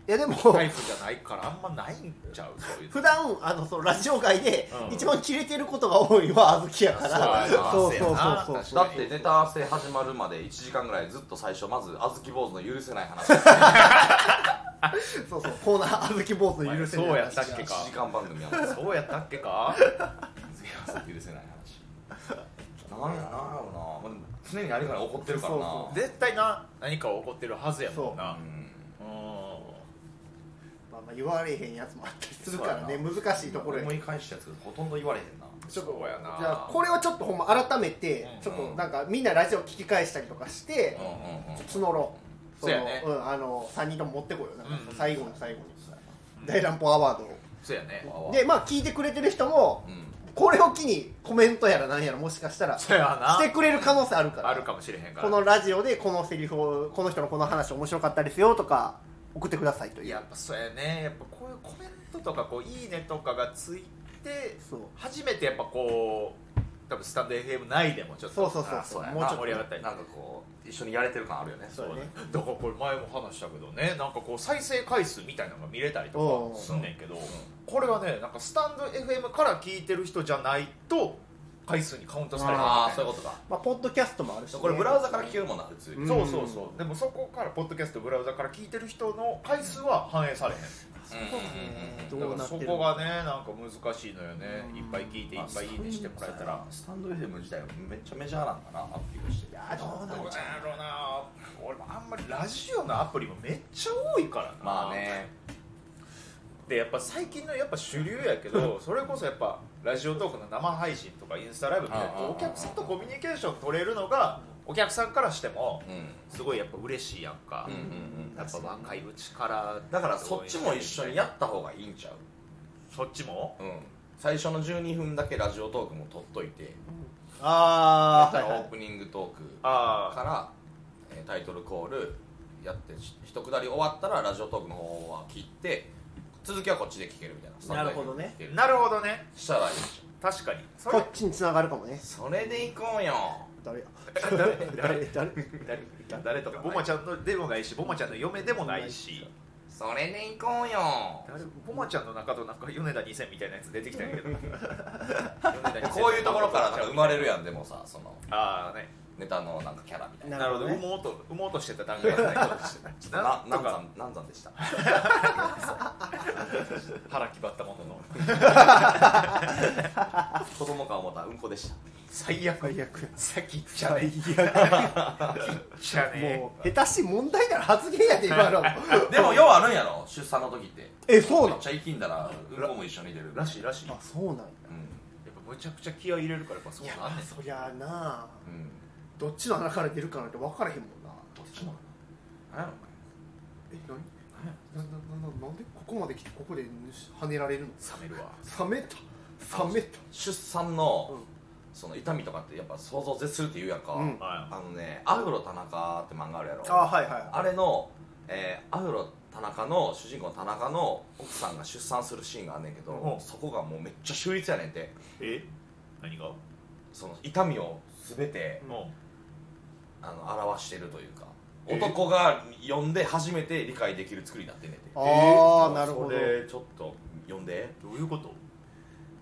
[SPEAKER 3] いやでも
[SPEAKER 2] タイプじゃないからあんまないんちゃうそういうの
[SPEAKER 3] 普段あのそのラジオ界で
[SPEAKER 2] うん
[SPEAKER 3] 一番キレてることが多いのは小豆やから
[SPEAKER 2] そうやな
[SPEAKER 3] そうそうそうそう
[SPEAKER 1] だってネタ合わせ始まるまで1時間ぐらいずっと最初まず小豆坊主の許せない話 (laughs) 1
[SPEAKER 3] そうそうコーナー小豆坊主許せない
[SPEAKER 2] そうやったっけか
[SPEAKER 1] 時間番組やもん小
[SPEAKER 2] (laughs) そうやったっけか
[SPEAKER 1] 豆許せない話なんやなんやろうな、まあ、でも常に何かに怒ってるからな
[SPEAKER 3] そうそ
[SPEAKER 2] 絶対な何か起こってるはずやもんな
[SPEAKER 1] うん
[SPEAKER 2] う
[SPEAKER 3] まあまあ言われへんやつもあったりするからね
[SPEAKER 1] そうやな
[SPEAKER 3] 難しいところや
[SPEAKER 1] 思い返したやつほとんど言われへんな
[SPEAKER 2] ちょっとそうやな
[SPEAKER 3] じゃあこれをちょっとほんま改めて
[SPEAKER 2] うん
[SPEAKER 3] ちょっとなんかみんなラジオ聞き返したりとかして
[SPEAKER 1] うんうんうん
[SPEAKER 3] 募ろう
[SPEAKER 2] そうやね
[SPEAKER 3] そのうんあの3人とも持ってこいよなんか
[SPEAKER 2] うん
[SPEAKER 3] 最後の最後に
[SPEAKER 2] ん
[SPEAKER 3] 大乱歩アワードを
[SPEAKER 2] そうやね
[SPEAKER 1] わわ
[SPEAKER 3] でまあ聞いてくれてる人も
[SPEAKER 1] うん
[SPEAKER 3] これを機にコメントやらなんやらもしかしたらし
[SPEAKER 2] そうやな
[SPEAKER 3] てくれる可能性あるから
[SPEAKER 2] あるかもしれへんから
[SPEAKER 3] このラジオでこのセリフをこの人のこの話面白かったですよとか送ってくださいという
[SPEAKER 2] やっぱそうやねやっぱこういうコメントとかこういいねとかがついて
[SPEAKER 3] そう
[SPEAKER 2] 初めてやっぱこう多分スタンド FM 内でもちょっと
[SPEAKER 3] そうそうそう
[SPEAKER 1] あやな
[SPEAKER 3] もうちょっと
[SPEAKER 2] 盛り上がったり
[SPEAKER 1] なんかこう一緒にやれてる感あるよね
[SPEAKER 3] そうやね
[SPEAKER 2] だからこれ前も話したけどねなんかこう再生回数みたいなのが見れたりと
[SPEAKER 3] おう
[SPEAKER 2] かすんねんけどこれはねなんかスタンド FM から聞いてる人じゃないと回数にカウントされ
[SPEAKER 1] あ
[SPEAKER 2] な
[SPEAKER 1] あ
[SPEAKER 2] い
[SPEAKER 1] そういうことか
[SPEAKER 3] まあポッドキャストもあるしね
[SPEAKER 1] これブラウザから聞けるもんな普通に、
[SPEAKER 3] うん
[SPEAKER 2] そうそうそうでもそこからポッドキャストブラウザから聞いてる人の回数は反映されへん
[SPEAKER 1] うん
[SPEAKER 3] ど
[SPEAKER 2] だ
[SPEAKER 3] う
[SPEAKER 2] か
[SPEAKER 3] な
[SPEAKER 2] ら
[SPEAKER 3] って
[SPEAKER 2] そ
[SPEAKER 3] る
[SPEAKER 2] こがねなんか難しいのよね
[SPEAKER 3] うん
[SPEAKER 2] いっぱい聞いていっぱいいいねしてもらえたら
[SPEAKER 1] スタンド FM 自体はめっちゃメジャーなんだなアプリとしてい
[SPEAKER 3] やどう
[SPEAKER 2] ど
[SPEAKER 3] な
[SPEAKER 2] うんなんやろうな俺もあんまりラジオのアプリもめっちゃ多いからな
[SPEAKER 1] まあね
[SPEAKER 2] でやっぱ最近のやっぱ主流やけ (laughs) どそれこそやっぱラジオトークの生配信とかインスタライブみたいな
[SPEAKER 1] うんうんうん
[SPEAKER 2] お客さんとコミュニケーション取れるのがお客さんからしても
[SPEAKER 1] うん
[SPEAKER 2] すごいやっぱ嬉しいやんか、
[SPEAKER 1] うんうんうん
[SPEAKER 2] やっぱ若いうちから
[SPEAKER 1] だからそっちも一緒にやった方がいいんちゃ
[SPEAKER 2] そっちも
[SPEAKER 1] ううん最初の12分だけラジオトークも撮っといてやっ
[SPEAKER 3] ああはい
[SPEAKER 1] たら
[SPEAKER 3] は
[SPEAKER 1] オー
[SPEAKER 3] い
[SPEAKER 1] プニングトーク
[SPEAKER 2] あ
[SPEAKER 1] からえータイトルコールやってひ一くだり終わったらラジオトークの方は切って続きはこっちで聞けるみたいなスタンド FM
[SPEAKER 3] なるほどね
[SPEAKER 1] 聞け
[SPEAKER 2] あなるほどね
[SPEAKER 1] したらいいじゃん
[SPEAKER 2] 確かにそ
[SPEAKER 3] こ
[SPEAKER 2] れ
[SPEAKER 3] っちに繋がるかもね
[SPEAKER 1] それで行こうよ
[SPEAKER 3] 誰や
[SPEAKER 2] 誰
[SPEAKER 3] 誰誰
[SPEAKER 2] 誰誰とかボマちゃんのでもないしボマちゃんの嫁でもないし
[SPEAKER 1] それで行こうよ
[SPEAKER 2] 誰ボマちゃんの中となんか米田2000みたいなやつ出てきたんやけど米田2000
[SPEAKER 1] こういうところからなんか生まれるやんでもさその
[SPEAKER 2] ああね
[SPEAKER 1] ネタのなんかキャラみたいな
[SPEAKER 2] なるほど
[SPEAKER 3] ね
[SPEAKER 2] 産もうと産もうとしてた段階じゃないかもしれな
[SPEAKER 1] な
[SPEAKER 2] いな
[SPEAKER 1] なん
[SPEAKER 2] んと
[SPEAKER 1] ざ
[SPEAKER 2] か
[SPEAKER 1] んなんざんでした
[SPEAKER 2] 腹決まったものの
[SPEAKER 1] 子供か思ったらうんこでした
[SPEAKER 2] 最悪
[SPEAKER 3] 最悪
[SPEAKER 2] さっき言っちゃねえじ (laughs) ゃね
[SPEAKER 3] もう下手しい問題なら発言やで今の
[SPEAKER 1] (laughs) でもようあるんやろ出産の時って
[SPEAKER 3] えそう
[SPEAKER 1] め
[SPEAKER 3] な
[SPEAKER 1] っ
[SPEAKER 3] ん
[SPEAKER 1] ちゃ生きんだらうんこも一緒に出る
[SPEAKER 2] えらしいらしいやっ
[SPEAKER 3] あそうなんや
[SPEAKER 1] う
[SPEAKER 2] ぱむちゃくちゃ気合い入れるからやっぱそう
[SPEAKER 3] いや
[SPEAKER 2] なんねん
[SPEAKER 3] そりゃあなあ
[SPEAKER 1] んうん
[SPEAKER 3] どっちの穴から出るかなんて分からへんもんな
[SPEAKER 1] どっちもなんやろ
[SPEAKER 3] え何なななななんでここまで来てここで跳ねられるの
[SPEAKER 2] 冷めるわ
[SPEAKER 3] 冷めた冷めた
[SPEAKER 1] 出産の、
[SPEAKER 3] うん
[SPEAKER 1] その痛みとかってやっぱ想像を絶するって言うやんか、
[SPEAKER 3] うん
[SPEAKER 2] はい
[SPEAKER 1] あのね「アフロ田中」って漫画あるやろ
[SPEAKER 3] あはいはい
[SPEAKER 1] あれの、えーアフロ田中の主人公の田中の奥さんが出産するシーンがあんねんけど
[SPEAKER 2] うん
[SPEAKER 1] そこがもうめっちゃ秀逸やねんて
[SPEAKER 2] え何が
[SPEAKER 1] その痛みを全て
[SPEAKER 2] も
[SPEAKER 1] あの表してるというか
[SPEAKER 2] え
[SPEAKER 1] 男が読んで初めて理解できる作りになってんねんて
[SPEAKER 3] ああ、なるほ
[SPEAKER 1] そ
[SPEAKER 3] ど
[SPEAKER 1] れちょっと読んで
[SPEAKER 2] うどういうこと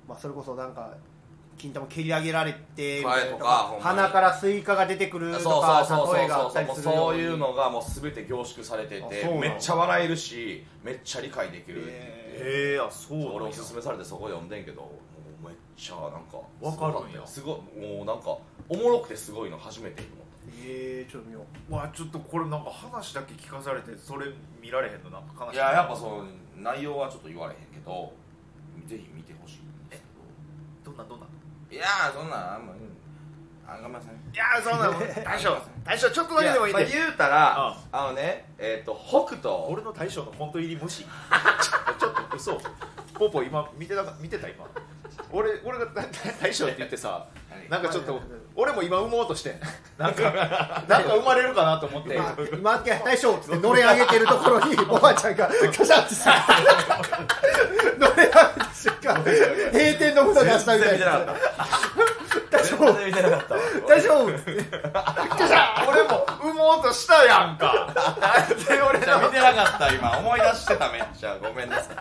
[SPEAKER 3] まあ、それこそなんか金玉蹴り上げられてみ
[SPEAKER 1] はい
[SPEAKER 3] たいなと
[SPEAKER 1] とかほん
[SPEAKER 3] か
[SPEAKER 1] まに
[SPEAKER 3] 鼻からスイカが出てくる
[SPEAKER 1] そう
[SPEAKER 3] と
[SPEAKER 1] そう
[SPEAKER 3] か
[SPEAKER 1] そう
[SPEAKER 3] 例
[SPEAKER 1] そ
[SPEAKER 3] え
[SPEAKER 1] う
[SPEAKER 3] があ
[SPEAKER 1] そ
[SPEAKER 3] っ
[SPEAKER 1] う
[SPEAKER 3] たり
[SPEAKER 1] もう
[SPEAKER 3] するよ
[SPEAKER 1] そうう
[SPEAKER 3] に
[SPEAKER 1] いうのがもう全て凝縮されて
[SPEAKER 3] あ
[SPEAKER 1] て
[SPEAKER 3] そうなん
[SPEAKER 1] めっちゃ笑えるしめっちゃ理解できるって言って
[SPEAKER 2] えー、あそうなんや
[SPEAKER 1] 俺おすすめされてそこ読んでんけどもうめっちゃなんか
[SPEAKER 2] わかるんや
[SPEAKER 1] すごいもうなんかおもろくてすごいの初めて思っ
[SPEAKER 3] ええちょっと見よう
[SPEAKER 2] わちょっとこれなんか話だけ聞かされてそれ見られへんのなんか
[SPEAKER 1] た
[SPEAKER 2] 悲しい
[SPEAKER 1] いややっぱその内容はちょっと言われへんけどぜひ見てほしいんです
[SPEAKER 2] どんなどんな
[SPEAKER 1] けどいやーそんなんあんまあんません
[SPEAKER 2] いやそんなの大将大将ちょっとだけでもいい
[SPEAKER 1] まあ、
[SPEAKER 2] で
[SPEAKER 1] 言うたら、あのねえっ、と北斗
[SPEAKER 2] 俺の大将のコント入り無視 (laughs) ちょっと嘘ポポ今見てた見てた今俺俺が大大将って言ってさ
[SPEAKER 1] はい
[SPEAKER 2] なんかちょっと
[SPEAKER 3] はい
[SPEAKER 2] 俺も今産もうとしてんなん (laughs) かなんか生まれるかなと思って
[SPEAKER 3] 今今明大将っつってのれ上げてるところ (laughs) におばあちゃんがカシャッてさのれ上げた瞬間閉店の蓋がした
[SPEAKER 1] 全
[SPEAKER 3] み
[SPEAKER 1] 然
[SPEAKER 3] た
[SPEAKER 1] 見て
[SPEAKER 3] い
[SPEAKER 1] なかった全然見
[SPEAKER 3] な大将
[SPEAKER 1] てなかったわ
[SPEAKER 3] 大丈夫っつって
[SPEAKER 2] 俺も産もうとしたやん (laughs) かなんで俺
[SPEAKER 1] めっちゃ見てなかった今思い出してためっちゃごめんなさい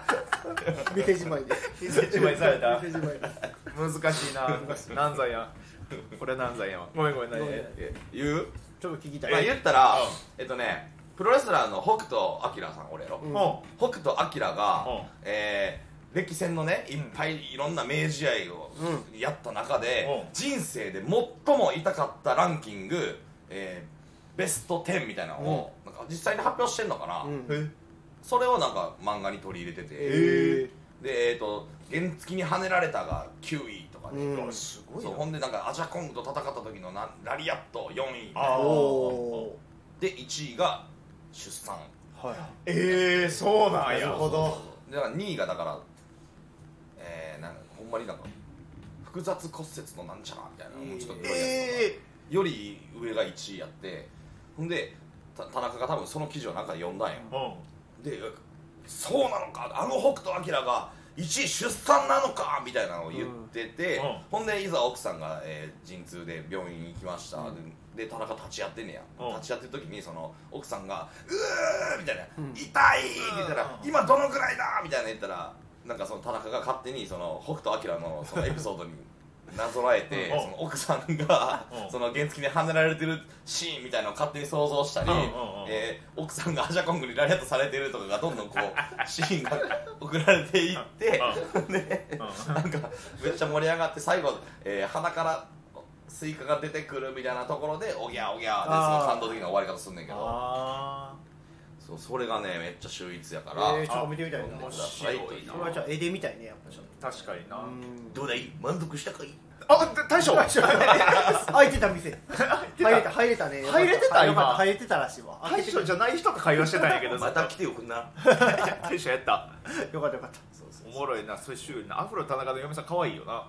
[SPEAKER 3] 店じまいで
[SPEAKER 2] 店じまいされた
[SPEAKER 3] 店じまいです
[SPEAKER 2] 難しいな難罪やんこれ難罪やんごめんごめん何
[SPEAKER 3] ごめん
[SPEAKER 1] え言う
[SPEAKER 3] ちょっと聞きた
[SPEAKER 1] まあ、
[SPEAKER 3] い
[SPEAKER 1] 言ったら、えっとねプロレスラーの北斗晶さん俺やろ、
[SPEAKER 3] うん
[SPEAKER 2] も
[SPEAKER 1] 北斗晶が、
[SPEAKER 2] うん
[SPEAKER 1] えー歴戦のねいっぱいいろんな名試合をやった中で、
[SPEAKER 2] うん
[SPEAKER 1] 人生で最も痛かったランキング、えーベスト10みたいなのを、なんか実際に発表してんのかな、
[SPEAKER 3] う
[SPEAKER 2] う
[SPEAKER 3] ん
[SPEAKER 2] え
[SPEAKER 1] それをなんか漫画に取り入れてて、
[SPEAKER 3] え
[SPEAKER 1] でえっ、と原付に跳ねられたが9位とかね、
[SPEAKER 3] うん
[SPEAKER 2] あすごいな
[SPEAKER 1] そうほんでなんかアジャコングと戦った時のなラリアット4位みたい
[SPEAKER 2] あ
[SPEAKER 1] な
[SPEAKER 2] ー
[SPEAKER 3] お
[SPEAKER 1] で1位が出産
[SPEAKER 3] ーはい
[SPEAKER 2] ええそうなん
[SPEAKER 3] な
[SPEAKER 2] や
[SPEAKER 3] るほど
[SPEAKER 1] だから2位がだからえー、なんかほんまになんか複雑骨折のなんちゃらみたいなもうちょっと黒いやつ
[SPEAKER 2] え
[SPEAKER 1] より上が1位やってほんでた田中が多分その記事をなんかで読んだんよ
[SPEAKER 2] えうん
[SPEAKER 1] でそうなのかあの北斗晶が1位出産なのかみたいなのを言ってて、
[SPEAKER 2] うんうん
[SPEAKER 1] ほんでいざ奥さんが、えー陣痛で病院に行きました、でで田中立ち会ってんねや、
[SPEAKER 2] うん
[SPEAKER 1] 立ち会ってる時にその奥さんが「うー」みたいな「
[SPEAKER 3] うん
[SPEAKER 1] 痛い!」って言ったら「
[SPEAKER 2] うん
[SPEAKER 1] 今どのぐらいだ!」みたいな言ったらなんかその田中が勝手にその北斗晶のそのエピソード
[SPEAKER 2] (laughs)
[SPEAKER 1] になぞらえて、
[SPEAKER 2] うん
[SPEAKER 1] その奥さんが、
[SPEAKER 2] うん
[SPEAKER 1] その原付にはねられてるシーンみたいなのを勝手に想像したり、
[SPEAKER 2] うんうんうん
[SPEAKER 1] えー奥さんがアジャコングにラリアットされてるとかがどんどんこうシーンが送られていってでなんかめっちゃ盛り上がって最後、えー鼻からスイカが出てくるみたいなところでおぎゃーおぎゃーで
[SPEAKER 3] あー
[SPEAKER 1] その感動的な終わり方すんねんけど
[SPEAKER 2] あ
[SPEAKER 1] そうそれがねめっちゃ秀逸やから、
[SPEAKER 3] えーちょっと見てみたいな
[SPEAKER 1] 読んで
[SPEAKER 2] 面
[SPEAKER 1] くださいと
[SPEAKER 2] 白いな
[SPEAKER 3] これはちょっと絵で見たいねやっぱちょっ
[SPEAKER 2] あ確かにな
[SPEAKER 3] とうん
[SPEAKER 1] どうだい満足したかい
[SPEAKER 2] あで大将
[SPEAKER 3] 大将開いてた店入れた入れたね
[SPEAKER 2] 入れてた
[SPEAKER 3] よかっ
[SPEAKER 2] 今
[SPEAKER 3] 入れてたらしいわ開
[SPEAKER 2] 大
[SPEAKER 3] けて
[SPEAKER 2] 将じゃない人と会話してたんやけど
[SPEAKER 1] また来てよくんな
[SPEAKER 2] (laughs) 大将やった
[SPEAKER 3] よかったよかった
[SPEAKER 1] そうそう
[SPEAKER 2] おもろいなそういう周囲なアフロ田中の嫁さん可愛いよな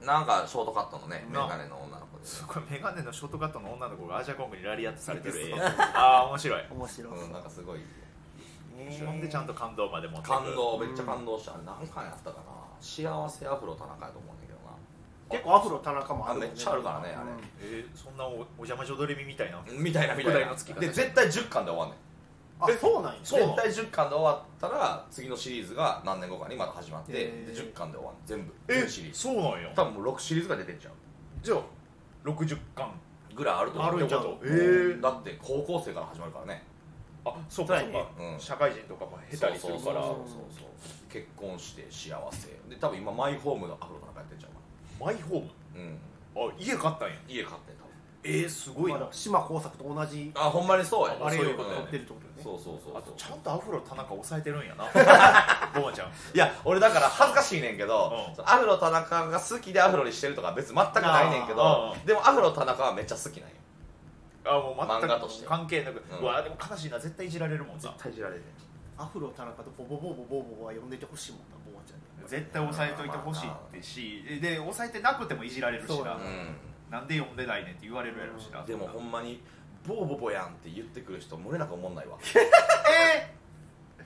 [SPEAKER 1] なんかショートカットのねメ
[SPEAKER 2] な
[SPEAKER 1] ガネの女の子です
[SPEAKER 2] ごいメガネのショートカットの女の子がアジャコングにラリアットされてる絵ああ面白い
[SPEAKER 3] 面白
[SPEAKER 1] うん、なんかすごい
[SPEAKER 3] い
[SPEAKER 2] ほんでちゃんと感動まで持ってくる
[SPEAKER 1] 感動めっちゃ感動した、あれ何巻やったかな幸せアフロ田中やと思うんだけどな
[SPEAKER 3] 結構アフロ田中もあ
[SPEAKER 1] あ
[SPEAKER 3] る
[SPEAKER 1] め
[SPEAKER 3] もんね
[SPEAKER 1] っちゃあるからねあれ、
[SPEAKER 2] えーそんなおお邪魔女ドレミみたいな
[SPEAKER 1] みたいなみたい
[SPEAKER 2] 副題
[SPEAKER 1] な
[SPEAKER 2] の付き方
[SPEAKER 1] で絶対10巻で終わんねん
[SPEAKER 3] うんあそうなんや
[SPEAKER 2] そう
[SPEAKER 1] 絶対10巻で終わったら次のシリーズが何年後かにまた始まって、
[SPEAKER 3] へー
[SPEAKER 1] で10巻で終わんねん全部
[SPEAKER 2] え
[SPEAKER 1] 全シリーズ
[SPEAKER 2] そうなんや
[SPEAKER 1] 多分もう6シリーズが出てんちゃう
[SPEAKER 2] じゃあ60巻
[SPEAKER 1] ぐらいあると思う
[SPEAKER 2] あるんちゃう
[SPEAKER 1] ってこと
[SPEAKER 2] へー
[SPEAKER 1] だって高校生から始まるからね
[SPEAKER 2] あそうかそう
[SPEAKER 3] そうや
[SPEAKER 2] か
[SPEAKER 3] ね、
[SPEAKER 1] うん
[SPEAKER 2] 社会人とかも下手りするか
[SPEAKER 1] そうそうそ
[SPEAKER 2] ら
[SPEAKER 1] うそう結婚して幸せで多分今マイホームのアフロ田中やってんちゃうか
[SPEAKER 2] マイホーム
[SPEAKER 1] なうん
[SPEAKER 2] あ家買ったんや
[SPEAKER 1] 家買ってん多分
[SPEAKER 2] えー、すごい
[SPEAKER 3] まあ
[SPEAKER 2] な
[SPEAKER 3] だから島耕作と同じ
[SPEAKER 1] あほんまにそうや
[SPEAKER 2] あ
[SPEAKER 3] あれを
[SPEAKER 2] そうい
[SPEAKER 3] 取
[SPEAKER 2] うことやね
[SPEAKER 3] ってるってことね
[SPEAKER 1] そうそうそう
[SPEAKER 2] あとち
[SPEAKER 1] そう
[SPEAKER 2] ゃんとアフロ田中抑えてるん (laughs) やなボマちゃん
[SPEAKER 1] いや俺だから恥ずかしいねんけど
[SPEAKER 2] うん、
[SPEAKER 1] そのアフロ田中が好きでアフロにしてるとか別に全くないねんけ
[SPEAKER 2] あ
[SPEAKER 1] どでもアフロ田中はめっちゃ好きなんよ
[SPEAKER 2] あもう
[SPEAKER 1] 漫
[SPEAKER 2] 全
[SPEAKER 1] 画として
[SPEAKER 2] く関係なく、
[SPEAKER 1] うん
[SPEAKER 2] うわでも悲しいな絶対いじられるもんさ
[SPEAKER 1] 対じられね
[SPEAKER 3] アフロ田中とボボボボボボボは呼んでてほしいもんなボマちゃんに
[SPEAKER 2] 絶対抑えといてほしいってしで抑えてなくてもいじられるし
[SPEAKER 3] そうや
[SPEAKER 2] な
[SPEAKER 3] な
[SPEAKER 2] なんで読んでないねんって言われるやろうしな
[SPEAKER 1] うんでもほんまにボーボボやんって言ってくる人漏れなく思んないわ
[SPEAKER 2] え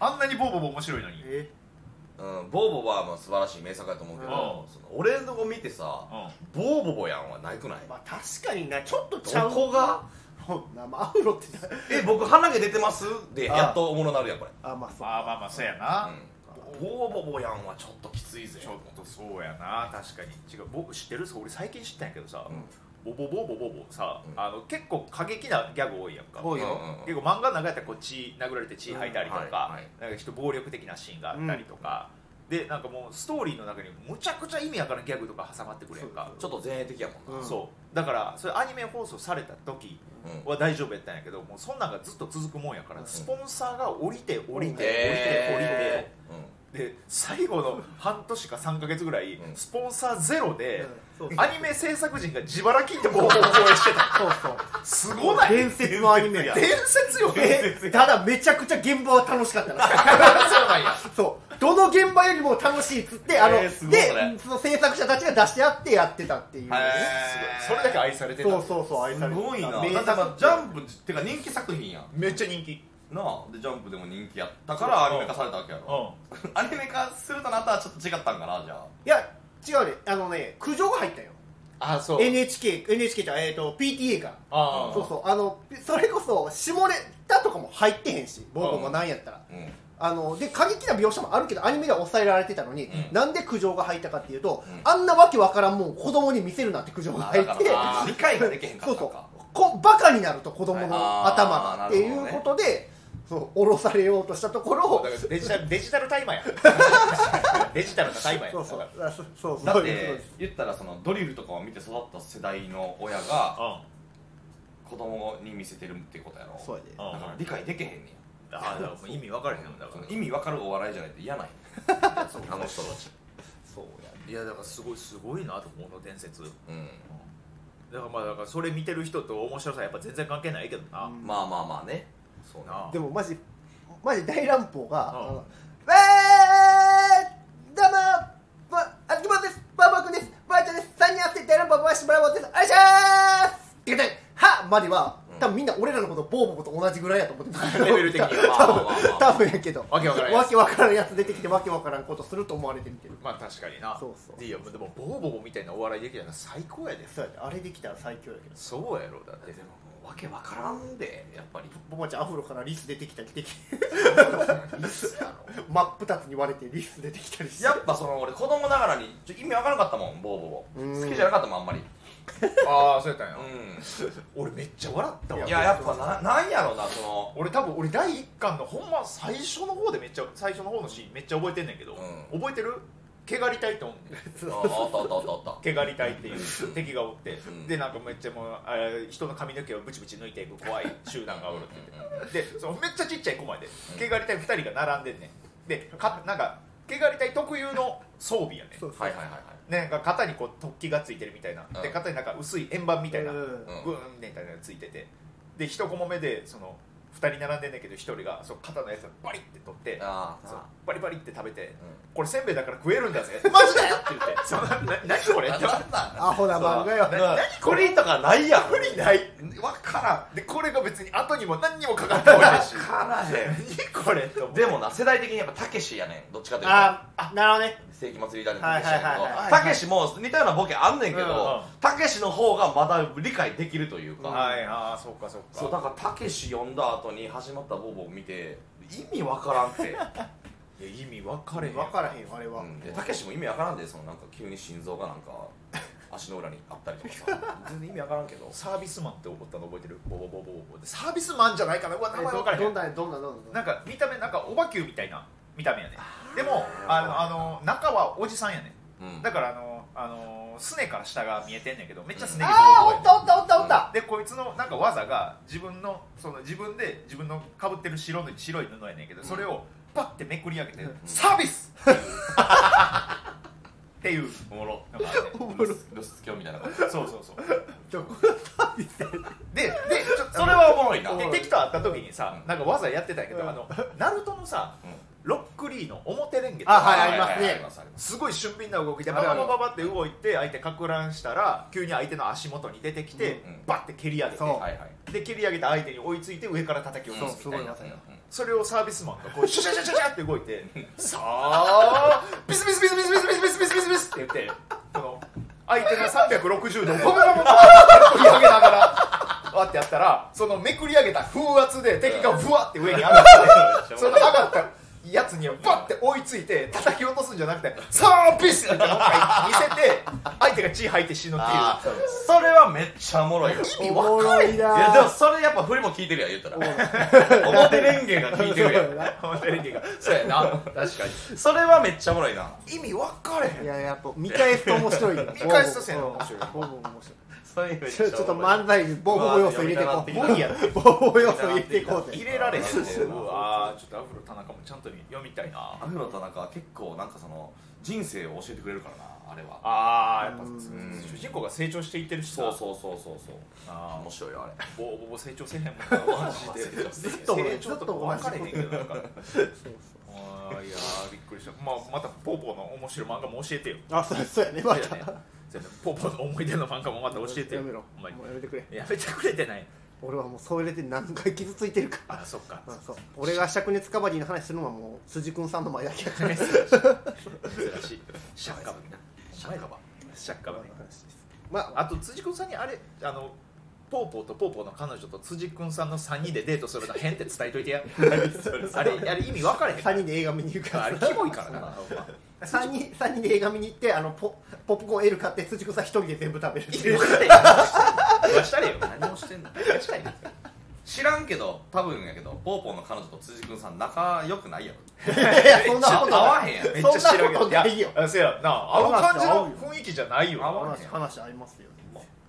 [SPEAKER 2] あんなにボーボーボー面白いのに
[SPEAKER 3] え
[SPEAKER 1] うん、ボーボはまあ素晴らしい名作だと思うけど、
[SPEAKER 2] うん
[SPEAKER 1] その俺のを見てさ、ボーボボやんはないくない
[SPEAKER 3] まあ確かになちょっとちゃ
[SPEAKER 1] そうこが
[SPEAKER 3] なまあアフロってな
[SPEAKER 1] え僕鼻毛出てますで
[SPEAKER 3] あ
[SPEAKER 1] やっとおもろなるやんこれ、
[SPEAKER 3] あまあそう
[SPEAKER 2] まあまあまあそうやな、
[SPEAKER 1] うん、ボーボボやんはちょっときついぜ
[SPEAKER 2] ちょっとそうやな確かに違う僕知ってる俺最近知ったんやけどさ、
[SPEAKER 1] うん
[SPEAKER 2] ボボボボボボさ、
[SPEAKER 1] うん
[SPEAKER 2] あの結構過激なギャグ多いやんか
[SPEAKER 3] 多いよ
[SPEAKER 1] うんうんうん
[SPEAKER 2] 結構漫画の中やったらこう血殴られて血吐いたりとか,、
[SPEAKER 1] うんはいはい
[SPEAKER 2] なんか人暴力的なシーンがあったりとか、でなんかもうストーリーの中にむちゃくちゃ意味わからんギャグとか挟まってくるやんか
[SPEAKER 1] ちょっと前衛的やもんな、
[SPEAKER 3] うん
[SPEAKER 2] そうだからそれアニメ放送された時
[SPEAKER 1] うん
[SPEAKER 2] は大丈夫やったんやけどもうそんなんがずっと続くもんやから
[SPEAKER 3] うん
[SPEAKER 2] スポンサーが降りて降りて降りて降りて、
[SPEAKER 1] えー
[SPEAKER 2] で最後の半年か3か月ぐらい
[SPEAKER 1] うん
[SPEAKER 2] スポンサーゼロで、
[SPEAKER 3] そうそう
[SPEAKER 2] アニメ制作陣が自腹切ってボーボーボーしてた
[SPEAKER 3] そうそう
[SPEAKER 2] すごない
[SPEAKER 3] 伝説のアニメや
[SPEAKER 2] 伝説よね
[SPEAKER 3] えただめちゃくちゃ現場は楽しかったな
[SPEAKER 2] そうなんや
[SPEAKER 3] そうどの現場よりも楽しいっつってあの、
[SPEAKER 1] えーすごいそれ
[SPEAKER 3] でその制作者たちが出し合ってやってたっていう、ね
[SPEAKER 1] へー
[SPEAKER 2] すごいそれだけ愛されてた
[SPEAKER 3] そうそうそう愛
[SPEAKER 1] す
[SPEAKER 3] されてた
[SPEAKER 1] ごいなだ
[SPEAKER 3] 名
[SPEAKER 1] って
[SPEAKER 3] 作
[SPEAKER 1] まあジャンプってか人気作品やん
[SPEAKER 2] めっちゃ人気
[SPEAKER 1] なあでジャンプでも人気やったからアニメ化されたわけやろ、
[SPEAKER 2] う
[SPEAKER 1] アニメ化するとなったらちょっと違ったんかなじゃあ
[SPEAKER 3] いや違うねあのね苦情が入ったよ
[SPEAKER 2] あそう
[SPEAKER 3] NHK NHK じゃないえっ、と PTA が
[SPEAKER 2] あ
[SPEAKER 3] そうそうあのそれこそ下ネタとかも入ってへんし僕もなんやったら、
[SPEAKER 1] うん
[SPEAKER 3] あので過激な描写もあるけどアニメでは抑えられてたのに、
[SPEAKER 1] うん
[SPEAKER 3] なんで苦情が入ったかっていうと、
[SPEAKER 1] うん
[SPEAKER 3] あんなわけわからんもん子供に見せるなって苦情が入っ
[SPEAKER 1] あだ
[SPEAKER 3] て
[SPEAKER 1] からあー理解ができへんか
[SPEAKER 3] そ
[SPEAKER 1] っ
[SPEAKER 3] う
[SPEAKER 1] た
[SPEAKER 3] そ
[SPEAKER 1] の
[SPEAKER 3] う
[SPEAKER 1] か
[SPEAKER 3] こバカになると子供の頭
[SPEAKER 1] はいあー
[SPEAKER 3] がっていうことで、そう降ろされようとしたところ
[SPEAKER 2] だからデジタルデジタルタイ
[SPEAKER 3] (laughs)
[SPEAKER 2] マーやデジタルなタイマーや
[SPEAKER 3] そうそう
[SPEAKER 2] だか
[SPEAKER 3] あそそうそう
[SPEAKER 1] だっ
[SPEAKER 3] そう
[SPEAKER 1] て
[SPEAKER 3] です
[SPEAKER 1] 言ったらそのドリルとかを見て育った世代の親が
[SPEAKER 2] ら
[SPEAKER 1] 子供に見せてるっていうことやろ
[SPEAKER 3] そうやで
[SPEAKER 1] だから理解できへんねん
[SPEAKER 2] あーだからもう意味分からへんのだから
[SPEAKER 1] 意味わかるお笑いじゃないと嫌 (laughs) ないあの人たち
[SPEAKER 3] そうやで
[SPEAKER 2] いやだからすごいすごいなと思うの伝説だか
[SPEAKER 1] うん
[SPEAKER 2] らまあだからそれ見てる人と面白さやっぱ全然関係ないけどな、
[SPEAKER 3] うん
[SPEAKER 1] まあまあまあねそう
[SPEAKER 2] なあ
[SPEAKER 3] でもマジマジ大乱暴が「
[SPEAKER 2] うん
[SPEAKER 3] あのえーどうもばあきまですばあばくんですばあちゃんです三人合わせて大乱暴ばあしばらばですあいしゃーす!」って言って「はっ!」までは
[SPEAKER 1] うん
[SPEAKER 3] 多分みんな俺らのことボーボーと同じぐらいやと思ってた
[SPEAKER 2] レベル的に
[SPEAKER 1] (laughs)
[SPEAKER 2] は
[SPEAKER 1] まあまあまあまあ
[SPEAKER 3] (laughs) 多分やけど
[SPEAKER 2] わけわからんやつ
[SPEAKER 3] わけわからんやつ出てきてわけわからんことすると思われてみてる
[SPEAKER 2] まあ確かにな
[SPEAKER 3] そうそう
[SPEAKER 2] いやでもボーボーみたいなお笑いできたら最高やで
[SPEAKER 3] そうやであれできたら最強やけど
[SPEAKER 2] そうやろ
[SPEAKER 1] (laughs)
[SPEAKER 2] だって
[SPEAKER 1] でももうわけわからんでやっぱり
[SPEAKER 3] ボマちゃんアフロからリス出てきたりでき
[SPEAKER 1] いいっすやろ
[SPEAKER 3] 真っ二つに割れてリス出てきたりして
[SPEAKER 1] やっぱその俺子供ながらにちょ意味わからなかったもんボーボ
[SPEAKER 3] うん
[SPEAKER 1] ー好きじゃなかったもんあんまり
[SPEAKER 2] ああそうやったんや、
[SPEAKER 1] う
[SPEAKER 2] 俺めっちゃ笑ったわ
[SPEAKER 1] んいややっぱななんやろなその
[SPEAKER 2] 俺多分俺第1巻のほんま最初の方でめっちゃ最初の方のシーンめっちゃ覚えてんねんけど、
[SPEAKER 1] う
[SPEAKER 2] 覚えてる汚り隊っておんねん
[SPEAKER 1] ああったあったあったあった
[SPEAKER 2] 汚り隊っていう敵がおって、
[SPEAKER 1] ん
[SPEAKER 2] でなんかめっちゃもうあー人の髪の毛をブチブチ抜いていく怖い集団がおるって言ってでそのめっちゃちっちゃい駒で毛刈り隊2人が並んでんねんでかなんか毛刈り隊特有の装備やね
[SPEAKER 3] そうそう
[SPEAKER 1] はいはいはいはい
[SPEAKER 2] んなんか肩にこう突起がついてるみたいなで
[SPEAKER 1] うん
[SPEAKER 2] 肩になんか薄い円盤みたいな
[SPEAKER 3] う
[SPEAKER 2] グ
[SPEAKER 1] う
[SPEAKER 3] ん
[SPEAKER 1] ん
[SPEAKER 2] ーンみたいなのがついててで一コマ目でその2人並んでんねんけど1人がその肩のやつをバリって取って
[SPEAKER 1] ああ
[SPEAKER 2] そう
[SPEAKER 1] さ
[SPEAKER 2] バリバリって食べて
[SPEAKER 1] うん
[SPEAKER 2] 「これせんべいだから食えるんだぜ」「マジだよ!」って言って「そうなな何これ?」って
[SPEAKER 1] なんなん
[SPEAKER 3] アホな漫画よ
[SPEAKER 1] な何これとかないやん
[SPEAKER 2] 無理ないわからんでこれが別に後にも何にもかかってこないし
[SPEAKER 1] からへん
[SPEAKER 2] 何これと思って
[SPEAKER 1] でもな世代的にやっぱたけしやねんどっちかというと
[SPEAKER 3] ああなるほどね
[SPEAKER 1] 世紀末リーダーでたけしや
[SPEAKER 3] はいはいはい
[SPEAKER 1] け
[SPEAKER 3] は
[SPEAKER 1] ど
[SPEAKER 3] い
[SPEAKER 1] たけしも似たようなボケあんねんけ
[SPEAKER 2] うんうん
[SPEAKER 1] どたけしの方がまだ理解できるというか、
[SPEAKER 2] はいああそうかそうか
[SPEAKER 1] そうだからたけし読んだ後に始まったボーボー見て意味わからんって
[SPEAKER 2] いや意味分かれへん
[SPEAKER 3] 分からへんよあれは、
[SPEAKER 1] うんでたけしも意味わからんでそのなんか急に心臓がなん (laughs) か足の裏にあったりとかさ (laughs) 全然意味わからんけど
[SPEAKER 2] サービスマンって思ったの覚えてるボボボボボボでサービスマンじゃないかなうわ名前分から
[SPEAKER 3] え
[SPEAKER 2] へ
[SPEAKER 3] ど
[SPEAKER 2] ん
[SPEAKER 3] んなどんなどん
[SPEAKER 2] な
[SPEAKER 3] な
[SPEAKER 2] んか見た目なんかおばきゅうみたいな見た目やねでもあのあの中はおじさんやね
[SPEAKER 1] うん
[SPEAKER 2] だからあのあのすねから下が見えてんねんけどめっちゃすね毛ボ
[SPEAKER 3] あ
[SPEAKER 2] ーボー
[SPEAKER 3] ーお
[SPEAKER 2] や
[SPEAKER 3] っ
[SPEAKER 2] ね
[SPEAKER 3] たおったおったおった、
[SPEAKER 2] でこいつのなんか技が自分のその自分で自分のかぶってる白の白い布やねんけどそれをパッてめくり上げて「サービス!」っていう
[SPEAKER 1] おもろ
[SPEAKER 2] のがあって
[SPEAKER 1] 露出露出鏡みたいな感じ
[SPEAKER 2] そうそうそう
[SPEAKER 3] ちょこれサービスや
[SPEAKER 2] ででちょっと
[SPEAKER 1] それはおもろいな
[SPEAKER 2] で敵と会った時にさ
[SPEAKER 1] うん
[SPEAKER 2] なんか技やってたんやけど、
[SPEAKER 3] うん
[SPEAKER 2] あのナルトのさ
[SPEAKER 1] うん
[SPEAKER 2] ロックリーの表レンゲ
[SPEAKER 3] あはい
[SPEAKER 1] はい
[SPEAKER 3] ありますね
[SPEAKER 1] はいありますあります
[SPEAKER 2] すごい俊敏な動きで
[SPEAKER 3] あ
[SPEAKER 2] バ
[SPEAKER 3] るあ
[SPEAKER 2] バ
[SPEAKER 3] る
[SPEAKER 2] バババって動いて相手かく乱したら急に相手の足元に出てきて、
[SPEAKER 1] うん
[SPEAKER 2] バッて蹴り上げて
[SPEAKER 3] そ
[SPEAKER 1] はいはい
[SPEAKER 2] で蹴り上げた相手に追いついて上から叩き落とすみたいな
[SPEAKER 3] そうすごい技よ
[SPEAKER 1] うん
[SPEAKER 2] それをサービスマンがこうシュシュシュシュシュって動いてさあビスビスビスビスビスビスビスビスビスって言ってこの相手の360度をボコボコボコって振り上げながらわってやったらそのめくり上げた風圧で敵がブワって上に上がってその上がったやつにはバッて追いついて叩き落とすんじゃなくてさあビスってもう一回見せて相手が血吐いて死ぬっていう
[SPEAKER 1] あ
[SPEAKER 2] (laughs)
[SPEAKER 1] ーそれはめっちゃおもろいよ
[SPEAKER 3] 意味わかれへん
[SPEAKER 1] いやでもそれやっぱ振りも聞いてるやん言 (laughs) ったら表レンゲが聞いてるやん
[SPEAKER 2] テレビがそうやな確かに
[SPEAKER 1] それはめっちゃおもろいな
[SPEAKER 2] 意味分かれへ
[SPEAKER 3] いややっぱ見返すと面白いよ
[SPEAKER 2] 見返すとせん面白い
[SPEAKER 3] ボーボー面白い
[SPEAKER 1] それめっ
[SPEAKER 3] ちょ
[SPEAKER 1] ちゃ
[SPEAKER 3] ちょっ
[SPEAKER 1] お
[SPEAKER 3] と
[SPEAKER 1] もろい
[SPEAKER 3] 漫才にボーボー要素入れていこ
[SPEAKER 1] う
[SPEAKER 2] ん無理やろ
[SPEAKER 3] うボーボー要素入れていこう
[SPEAKER 2] 入
[SPEAKER 3] ぜ
[SPEAKER 2] れられへんね
[SPEAKER 1] そう
[SPEAKER 2] うわーちょっとアフロ田中もちゃんと読みたいな
[SPEAKER 1] アフロ田中は結構なんかその人生を教えてくれるからなあれは
[SPEAKER 2] あーやっぱ
[SPEAKER 3] うん
[SPEAKER 2] 主人公が成長していってるし
[SPEAKER 1] そう
[SPEAKER 2] う
[SPEAKER 1] そうそうそうそう
[SPEAKER 2] あー
[SPEAKER 1] 面白いよあれ
[SPEAKER 2] ボーボーボー成長せへんもんなマジで
[SPEAKER 1] ず
[SPEAKER 3] っと
[SPEAKER 2] 成長とか分かれへんけどなんか
[SPEAKER 3] そうそ
[SPEAKER 2] あーいやーびっくりした、まあ、またポーポーの面白い漫画も教えてよ
[SPEAKER 3] うあそうそうやねまた
[SPEAKER 2] そうやねそうやねポーポーの思い出の漫画もまた教えてよ
[SPEAKER 3] やめろ
[SPEAKER 2] ほんまに
[SPEAKER 3] もうやめてくれ
[SPEAKER 2] やめてくれてない
[SPEAKER 3] 俺はもうそれで何回傷ついてるか
[SPEAKER 2] あそっか
[SPEAKER 3] うんそう俺が灼熱カバディの話するのはもう辻君さんの前だけやから
[SPEAKER 2] 珍しい珍しいシャッカバシャッカバシャッカバね
[SPEAKER 3] まあ
[SPEAKER 2] あと辻君さんにあれあのポーポーとポーポーの彼女と辻君さんの3人でデートするの変って伝えといてやあれあれ意味分かれへん
[SPEAKER 3] 3人で映画見に行くか
[SPEAKER 2] あれ
[SPEAKER 3] ら
[SPEAKER 2] キモいからなほんま
[SPEAKER 3] 3人 (laughs) 三人で映画見に行ってあのポポップコーン L 買って辻君さん一人で全部食べるって
[SPEAKER 2] (laughs) い
[SPEAKER 3] い
[SPEAKER 2] や
[SPEAKER 3] う
[SPEAKER 2] 分かれへん言わしたれよ
[SPEAKER 1] 何をしてんの
[SPEAKER 2] 確かに
[SPEAKER 1] 知らんけど多分やけどポーポーの彼女と辻君さん仲良くないやろ
[SPEAKER 3] いやそんなこと
[SPEAKER 1] 合
[SPEAKER 3] ない
[SPEAKER 1] わへんやん
[SPEAKER 2] めっちゃ白
[SPEAKER 3] そんなことないよ
[SPEAKER 2] やせやなあの感じの雰囲気じゃないよな
[SPEAKER 1] 合わん
[SPEAKER 3] 話話ありますよ、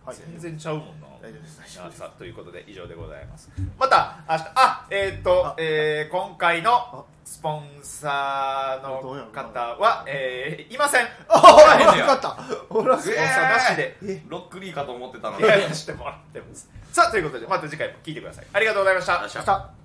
[SPEAKER 3] はい、
[SPEAKER 2] 全然ちゃうもんな
[SPEAKER 3] 大丈夫です
[SPEAKER 2] なさということで以上でございますまた明日あえっ、と
[SPEAKER 3] あ、
[SPEAKER 2] えー今回のスポンサーの
[SPEAKER 3] どうやろう
[SPEAKER 2] 方は、えーいません
[SPEAKER 3] ああ分かった俺は
[SPEAKER 2] スポンサーなしで
[SPEAKER 3] え
[SPEAKER 1] ロックリーかと思ってたの
[SPEAKER 2] い
[SPEAKER 1] に
[SPEAKER 2] やしてもらってますさあということでまた次回も聞いてくださいありがとうございました
[SPEAKER 1] よっしゃ
[SPEAKER 3] 明日